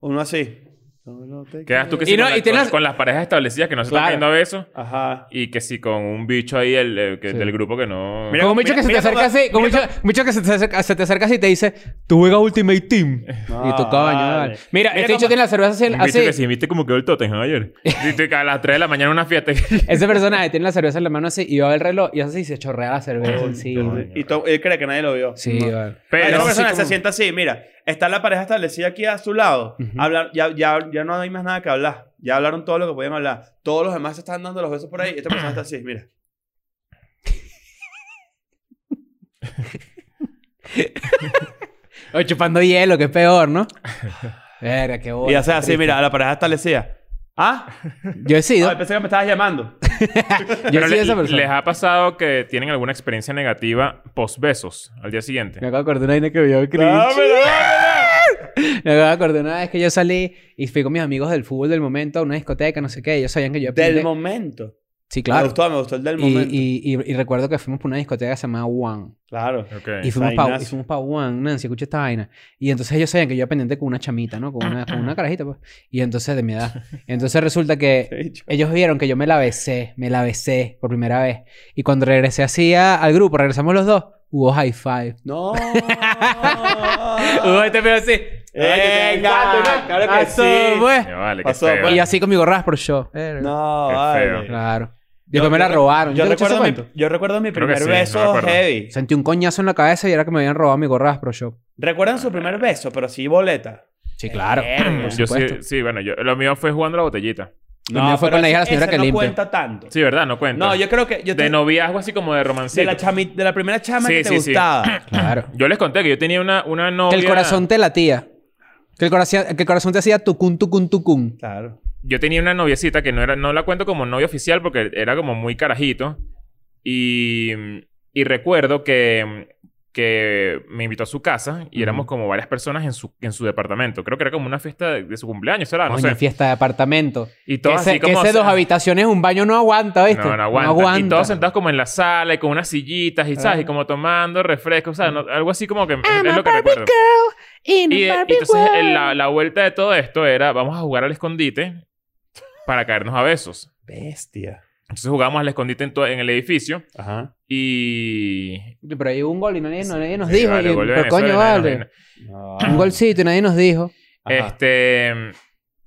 S3: Uno así. No, no te
S2: Quedas tú que
S4: Y
S2: sí
S4: no,
S2: con, la-
S4: y tienes-
S2: con- con las parejas establecidas que no se
S4: Claro.
S2: están viendo a besos.
S3: Ajá.
S2: Y que sí, con un bicho ahí el, eh, que-
S4: Sí.
S2: del grupo que no...
S3: Mira,
S4: como mucho que se te
S3: mira
S4: acerca
S3: cómo-
S4: así, como mucho, mucho que se te acerca, se te acerca así y te dice, tú juegas Ultimate Team.
S3: No,
S4: y tú, coño, vale.
S3: Ah, vale.
S4: Mira, este
S3: cómo-
S4: bicho tiene la cerveza así.
S2: un bicho
S4: así.
S2: que sí, viste como quedó el Tottenham ayer. Viste que a las 3 de la mañana en una fiesta.
S4: Ese personaje tiene la cerveza en la mano así y va el reloj y hace así y se chorrea la cerveza encima.
S3: Y to- él cree que nadie lo vio.
S4: Sí, vale.
S3: Pero
S2: Pero
S3: esa persona
S4: así
S3: se
S4: como-
S3: sienta así, mira, está la pareja establecida aquí a su lado.
S4: Ujú.
S3: Hablar, ya, ya, ya no hay más nada que hablar. Ya hablaron todo lo que podían hablar. Todos los demás se están dando los besos por ahí y esta persona está así, mira.
S4: O chupando hielo, que es peor, ¿no? Verga, qué bola.
S3: y hace así,
S4: triste.
S3: mira, la pareja establecida. Ah,
S4: Yo he sido,
S3: Ay, pensé que me estabas llamando.
S4: yo
S2: le-
S4: he sido esa persona.
S2: les ha pasado que tienen alguna experiencia negativa post besos al día siguiente.
S4: Me acabo de acordar una vaina que vio el cringe. Me acabo de acordar una vez que yo salí y fui con mis amigos del fútbol del momento a una discoteca, no sé qué. Ellos sabían que yo...
S3: Del
S4: apunté-
S3: momento.
S4: Sí,
S3: Me
S4: claro.
S3: gustó, me gustó el del
S4: Y,
S3: momento.
S4: y- y- y recuerdo que fuimos por una discoteca que se llamaba One.
S3: claro.
S2: Ok.
S4: Y fuimos para
S3: vainazo.
S4: fuimos pa One, Nancy, escucha esta vaina. Y entonces ellos sabían que yo iba pendiente con una chamita, ¿no? Con una, con una carajita, pues. Y entonces, de mi edad. Entonces resulta que
S3: He dicho.
S4: ellos vieron que yo me la besé, me la besé por primera vez. Y cuando regresé así a- al grupo, regresamos los dos, hubo high five.
S3: No.
S4: Hubo este pedo así.
S3: Venga, claro que
S4: Pasó,
S3: sí.
S4: pues.
S2: Ya vale,
S3: Pasó,
S2: qué feo.
S4: Y yo así con mi gorras por show.
S3: No,
S2: Qué
S3: vale.
S2: feo.
S4: Claro. Después me la
S3: yo-
S4: robaron.
S3: Yo
S4: ¿Yo te escuché
S3: recuerdo,
S4: ese
S3: mi,
S4: cuento?
S3: yo recuerdo mi
S2: Creo que
S3: primer
S2: sí, no me
S3: beso
S2: acuerdo.
S3: heavy.
S4: Sentí un coñazo en la cabeza y era que me habían robado mi gorras pro show.
S3: ¿Recuerdan su primer beso? Pero sí boleta.
S4: Sí, claro.
S3: Verga.
S4: Por
S2: Yo
S4: supuesto.
S2: sí, sí, bueno, yo, lo mío fue jugando a la botellita.
S4: El mío fue
S3: pero
S4: con la hija de
S3: ese-
S4: la señora
S3: ese
S4: que
S3: no
S4: limpia.
S3: cuenta tanto.
S2: Sí, ¿verdad? No cuenta.
S3: No, yo creo que... Yo
S2: De
S3: te-
S2: noviazgo así como de
S3: de,
S2: romancito.
S3: la chami- de la primera chama
S2: Sí,
S3: que te
S2: sí, sí.
S3: gustaba.
S4: Claro.
S2: Yo les conté que yo tenía una, una novia...
S4: Que el corazón te latía. Que el corazón, que el corazón te hacía tucum, tucum, tucum.
S3: Claro.
S2: yo tenía una noviecita que no era, no la cuento como novia oficial porque era como muy carajito. Y, y recuerdo que, que me invitó a su casa y éramos
S4: Ujú.
S2: como varias personas en su, en su departamento. Creo que era como una fiesta de, de su cumpleaños, era, Ah, no
S4: Coño,
S2: sé.
S4: fiesta de apartamento.
S2: Y
S4: Que
S2: todos
S4: ese,
S2: así
S4: que
S2: como.
S4: ese dos habitaciones, un baño no aguanta, ¿viste?
S2: No, no aguanta. Y todos sentados como en la sala y con unas sillitas y, ¿sabes? Y como tomando refrescos, ¿sabes? No- algo así como que es lo que recuerdo.
S1: In
S2: Y,
S1: a
S2: eh,
S1: Barbie
S2: entonces
S1: world.
S2: el- la, la vuelta de todo esto era, vamos a jugar al escondite para caernos a besos.
S3: Bestia.
S2: Entonces jugamos al escondite en, to- en el edificio
S3: Ajá.
S2: y...
S4: Pero ahí hubo un gol y nadie, nadie nos
S2: Sí,
S4: dijo.
S2: vale,
S4: y-
S2: gol de
S4: pero
S2: Venezuela,
S4: coño,
S2: nadie nos
S4: vale.
S2: dijo.
S4: Un golcito y nadie nos dijo.
S3: Ajá.
S2: Este,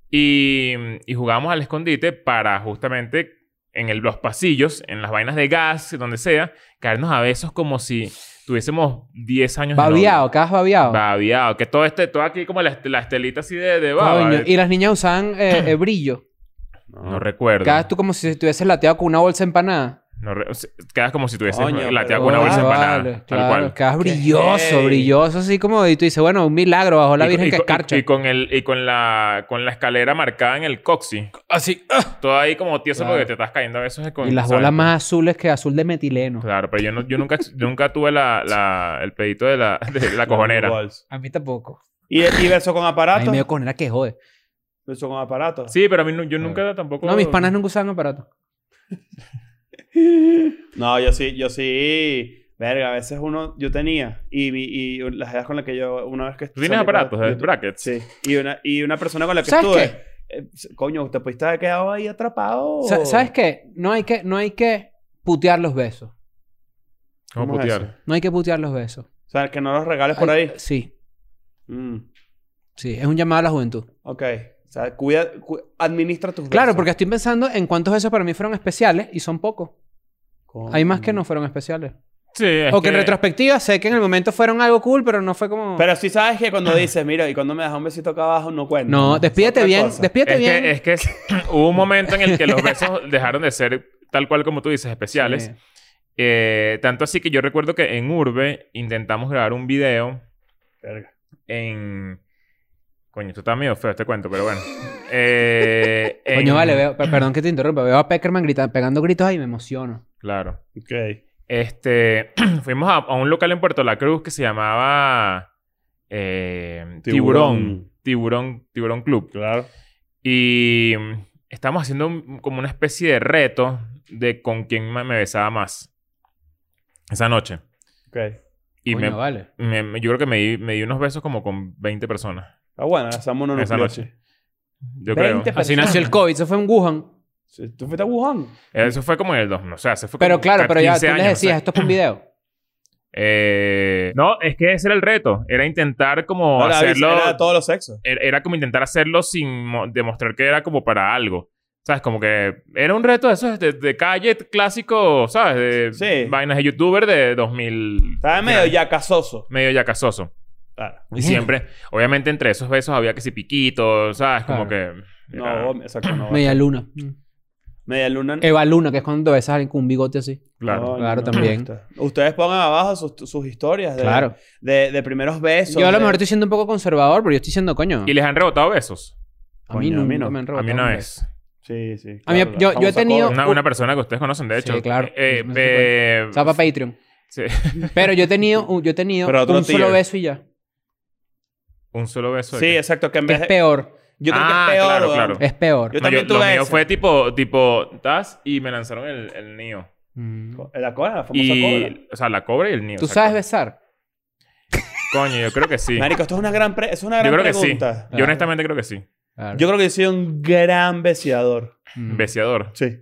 S2: y, y jugamos al escondite para justamente en el- los pasillos, en las vainas de gas, donde sea, caernos a besos como si tuviésemos 10 años de novio.
S4: Babiado, cada babiado.
S2: Babiado. Que todo este, todo aquí como la, est- la estelita así de, de baba.
S4: Coño. Y las niñas usaban eh, eh, brillo.
S2: No recuerdo.
S4: Cada tú como si estuvieses lateado con una bolsa empanada.
S2: No re- o sea, quedas como si tuvieses
S3: Coño,
S2: lateado
S3: pero-
S2: con una bolsa
S4: Coño,
S2: empanada.
S4: Ah, vale,
S2: tal
S4: claro,
S2: cual.
S4: Quedas
S3: heavy.
S4: brilloso, brilloso, así como. Y tú dices, bueno, un milagro, bajó la
S2: Y-
S4: Virgen
S2: y,
S4: que
S2: con- y-
S4: escarcha.
S2: y con el y con la con la escalera marcada en el coxi.
S5: Ah,
S4: Así.
S2: Todo ahí como tieso
S4: Claro.
S2: porque te estás cayendo a veces con
S4: Y las
S2: ¿sabes?
S4: bolas más azules que azul de metileno.
S2: Claro, pero yo, no, yo nunca, yo nunca tuve la, la- el pedito de la, de la cojonera.
S4: A mí tampoco.
S3: ¿Y, y beso con
S4: A mí
S3: aparato?
S4: me dio cojonera que jode.
S3: Beso con aparato.
S2: Sí, pero a mí no- yo nunca tampoco.
S4: No, mis panas nunca usaban aparato.
S3: No, yo sí, yo sí. Verga, a veces uno, yo tenía, y, mi- y las edades con las que yo, una vez que
S2: Tú tienes aparatos,
S3: yo
S2: ¿eh?
S3: tu-
S2: brackets.
S3: Sí, y una, y una persona con la que
S4: ¿Sabes
S3: estuve. eh, coño, te pudiste haber quedado ahí atrapado.
S4: Sa- ¿Sabes qué? No hay que, no hay que putear los besos.
S2: ¿Cómo
S3: ¿Cómo es
S2: putear?
S3: eso?
S4: No hay que putear los besos.
S3: O sea, que no los regales por
S4: Hay-
S3: ahí.
S4: Sí,
S3: Mm,
S4: sí. Es un llamado a la juventud.
S3: ok. O sea, cuida, cu- administra tus
S4: Claro,
S3: besos.
S4: porque estoy pensando en cuántos besos para mí fueron especiales y son pocos.
S3: Coño.
S4: Hay más que no fueron especiales.
S2: Sí, es
S4: o que en retrospectiva sé que en el momento fueron algo cool, pero no fue como...
S3: Pero sí sabes que cuando dices, mira, y cuando me das un besito acá abajo, no cuenta.
S4: no, despídete
S3: Es otra
S4: bien,
S3: cosa.
S4: despídete
S2: es
S4: bien.
S2: que, es que hubo un momento en el que los besos dejaron de ser tal cual como tú dices, especiales.
S4: Sí.
S2: Eh, tanto así que yo recuerdo que en Urbe intentamos grabar un video
S3: Verga.
S2: en. Coño, esto está medio feo este cuento, pero bueno. Eh, en-
S4: Coño, vale, veo- per- perdón que te interrumpa. Veo a Peckerman grita- pegando gritos ahí y me emociono.
S2: Claro.
S3: Ok.
S2: Este, fuimos a, a un local en Puerto La Cruz que se llamaba eh, Tiburón.
S3: Tiburón.
S2: Tiburón, Tiburón Club.
S3: Claro.
S2: Y mm, estábamos haciendo un- como una especie de reto de con quién me me besaba más esa noche.
S3: Ok. Está
S2: Y
S4: Coño,
S2: me-
S4: vale.
S2: me- me- yo creo que me di, me di unos besos como con 20 personas.
S3: Ah, bueno, hacemos uno
S2: Esa
S3: nucleoche.
S2: Yo
S3: 20
S2: creo.
S4: Así nació el COVID. Eso fue en Wuhan.
S3: Sí, ¿Tú fuiste a Wuhan?
S2: Eh, Eso fue como en el 2. O sea, se fue
S4: Pero
S2: como
S4: claro, pero ya tú
S2: 15
S4: les
S2: años, no sé.
S4: decías, esto es un video.
S2: Eh, no, es que ese era el reto. Era intentar como
S3: Ahora,
S2: hacerlo...
S3: Era de todos los sexos.
S2: era, er, era como intentar hacerlo sin mo- demostrar que era como para algo. ¿Sabes? Como que era un reto de esos de, de calle clásico, ¿sabes? De
S3: Sí.
S2: vainas de youtuber de 2000.
S3: Estaba medio ya casoso.
S2: Medio ya casoso.
S3: Claro.
S2: Y siempre, obviamente, entre esos besos había que si piquitos, ¿sabes? Como que. era-
S3: No, exacto, no.
S4: Media luna.
S3: Media luna.
S4: Eva luna, que es cuando besas a alguien con un bigote así.
S2: claro.
S3: Coño,
S4: claro, también.
S3: me gusta. Ustedes pongan abajo sus, sus historias de,
S4: Claro.
S3: de, de primeros besos.
S4: Yo a lo
S3: de-
S4: mejor estoy siendo un poco conservador, pero yo estoy siendo coño.
S2: ¿Y les han rebotado besos?
S4: A mí
S3: Coño, a
S4: nunca
S3: mí no.
S4: me han
S2: A
S4: rebotado
S2: mí una
S4: un beso.
S2: vez.
S3: Sí, sí.
S4: A mí-
S3: claro,
S4: yo-
S3: la
S4: yo he
S3: famosa
S4: tenido-
S3: porra.
S2: Una, una persona que ustedes conocen, de hecho.
S4: Sí, claro.
S2: Eh,
S4: No sé
S2: eh,
S4: O sea, para Patreon.
S2: sí.
S4: Pero yo he tenido, un- yo he tenido
S3: Pero otro
S4: un solo
S3: tier.
S4: beso y ya.
S2: Un solo beso. de
S3: Sí,
S2: que-
S3: exacto. Que en
S4: Que
S3: vez
S4: es
S3: de-
S4: peor.
S3: Yo creo
S2: Ah,
S3: que es peor.
S2: claro,
S3: weón.
S2: claro.
S4: Es peor.
S3: Yo
S2: No,
S3: también
S2: lo
S3: tuve
S2: mío
S3: ese.
S2: fue tipo, tipo, tas y me lanzaron el, el niño.
S4: Mm.
S3: La cobra, la famosa
S2: Y,
S3: cobra.
S2: o sea, la cobra y el niño.
S4: ¿Tú
S2: o sea,
S4: sabes
S2: coño.
S4: besar?
S2: Coño, yo creo que sí. Yo
S3: Marico, esto es una gran, pre- es una gran
S2: creo que sí.
S3: pregunta.
S2: Yo honestamente creo que sí.
S4: Claro.
S3: Yo creo que yo soy un gran besiador.
S4: Mm.
S2: Besiador.
S3: Sí.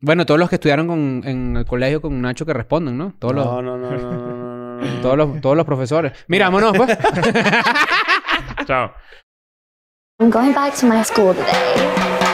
S4: Bueno, todos los que estudiaron con- en el colegio con Nacho que responden, ¿no? Todos los,
S3: No, no, no, no, no, no, no, no.
S4: todos los, todos los profesores. Mira, vámonos, pues.
S2: Chao.
S1: I'm going back to my school today.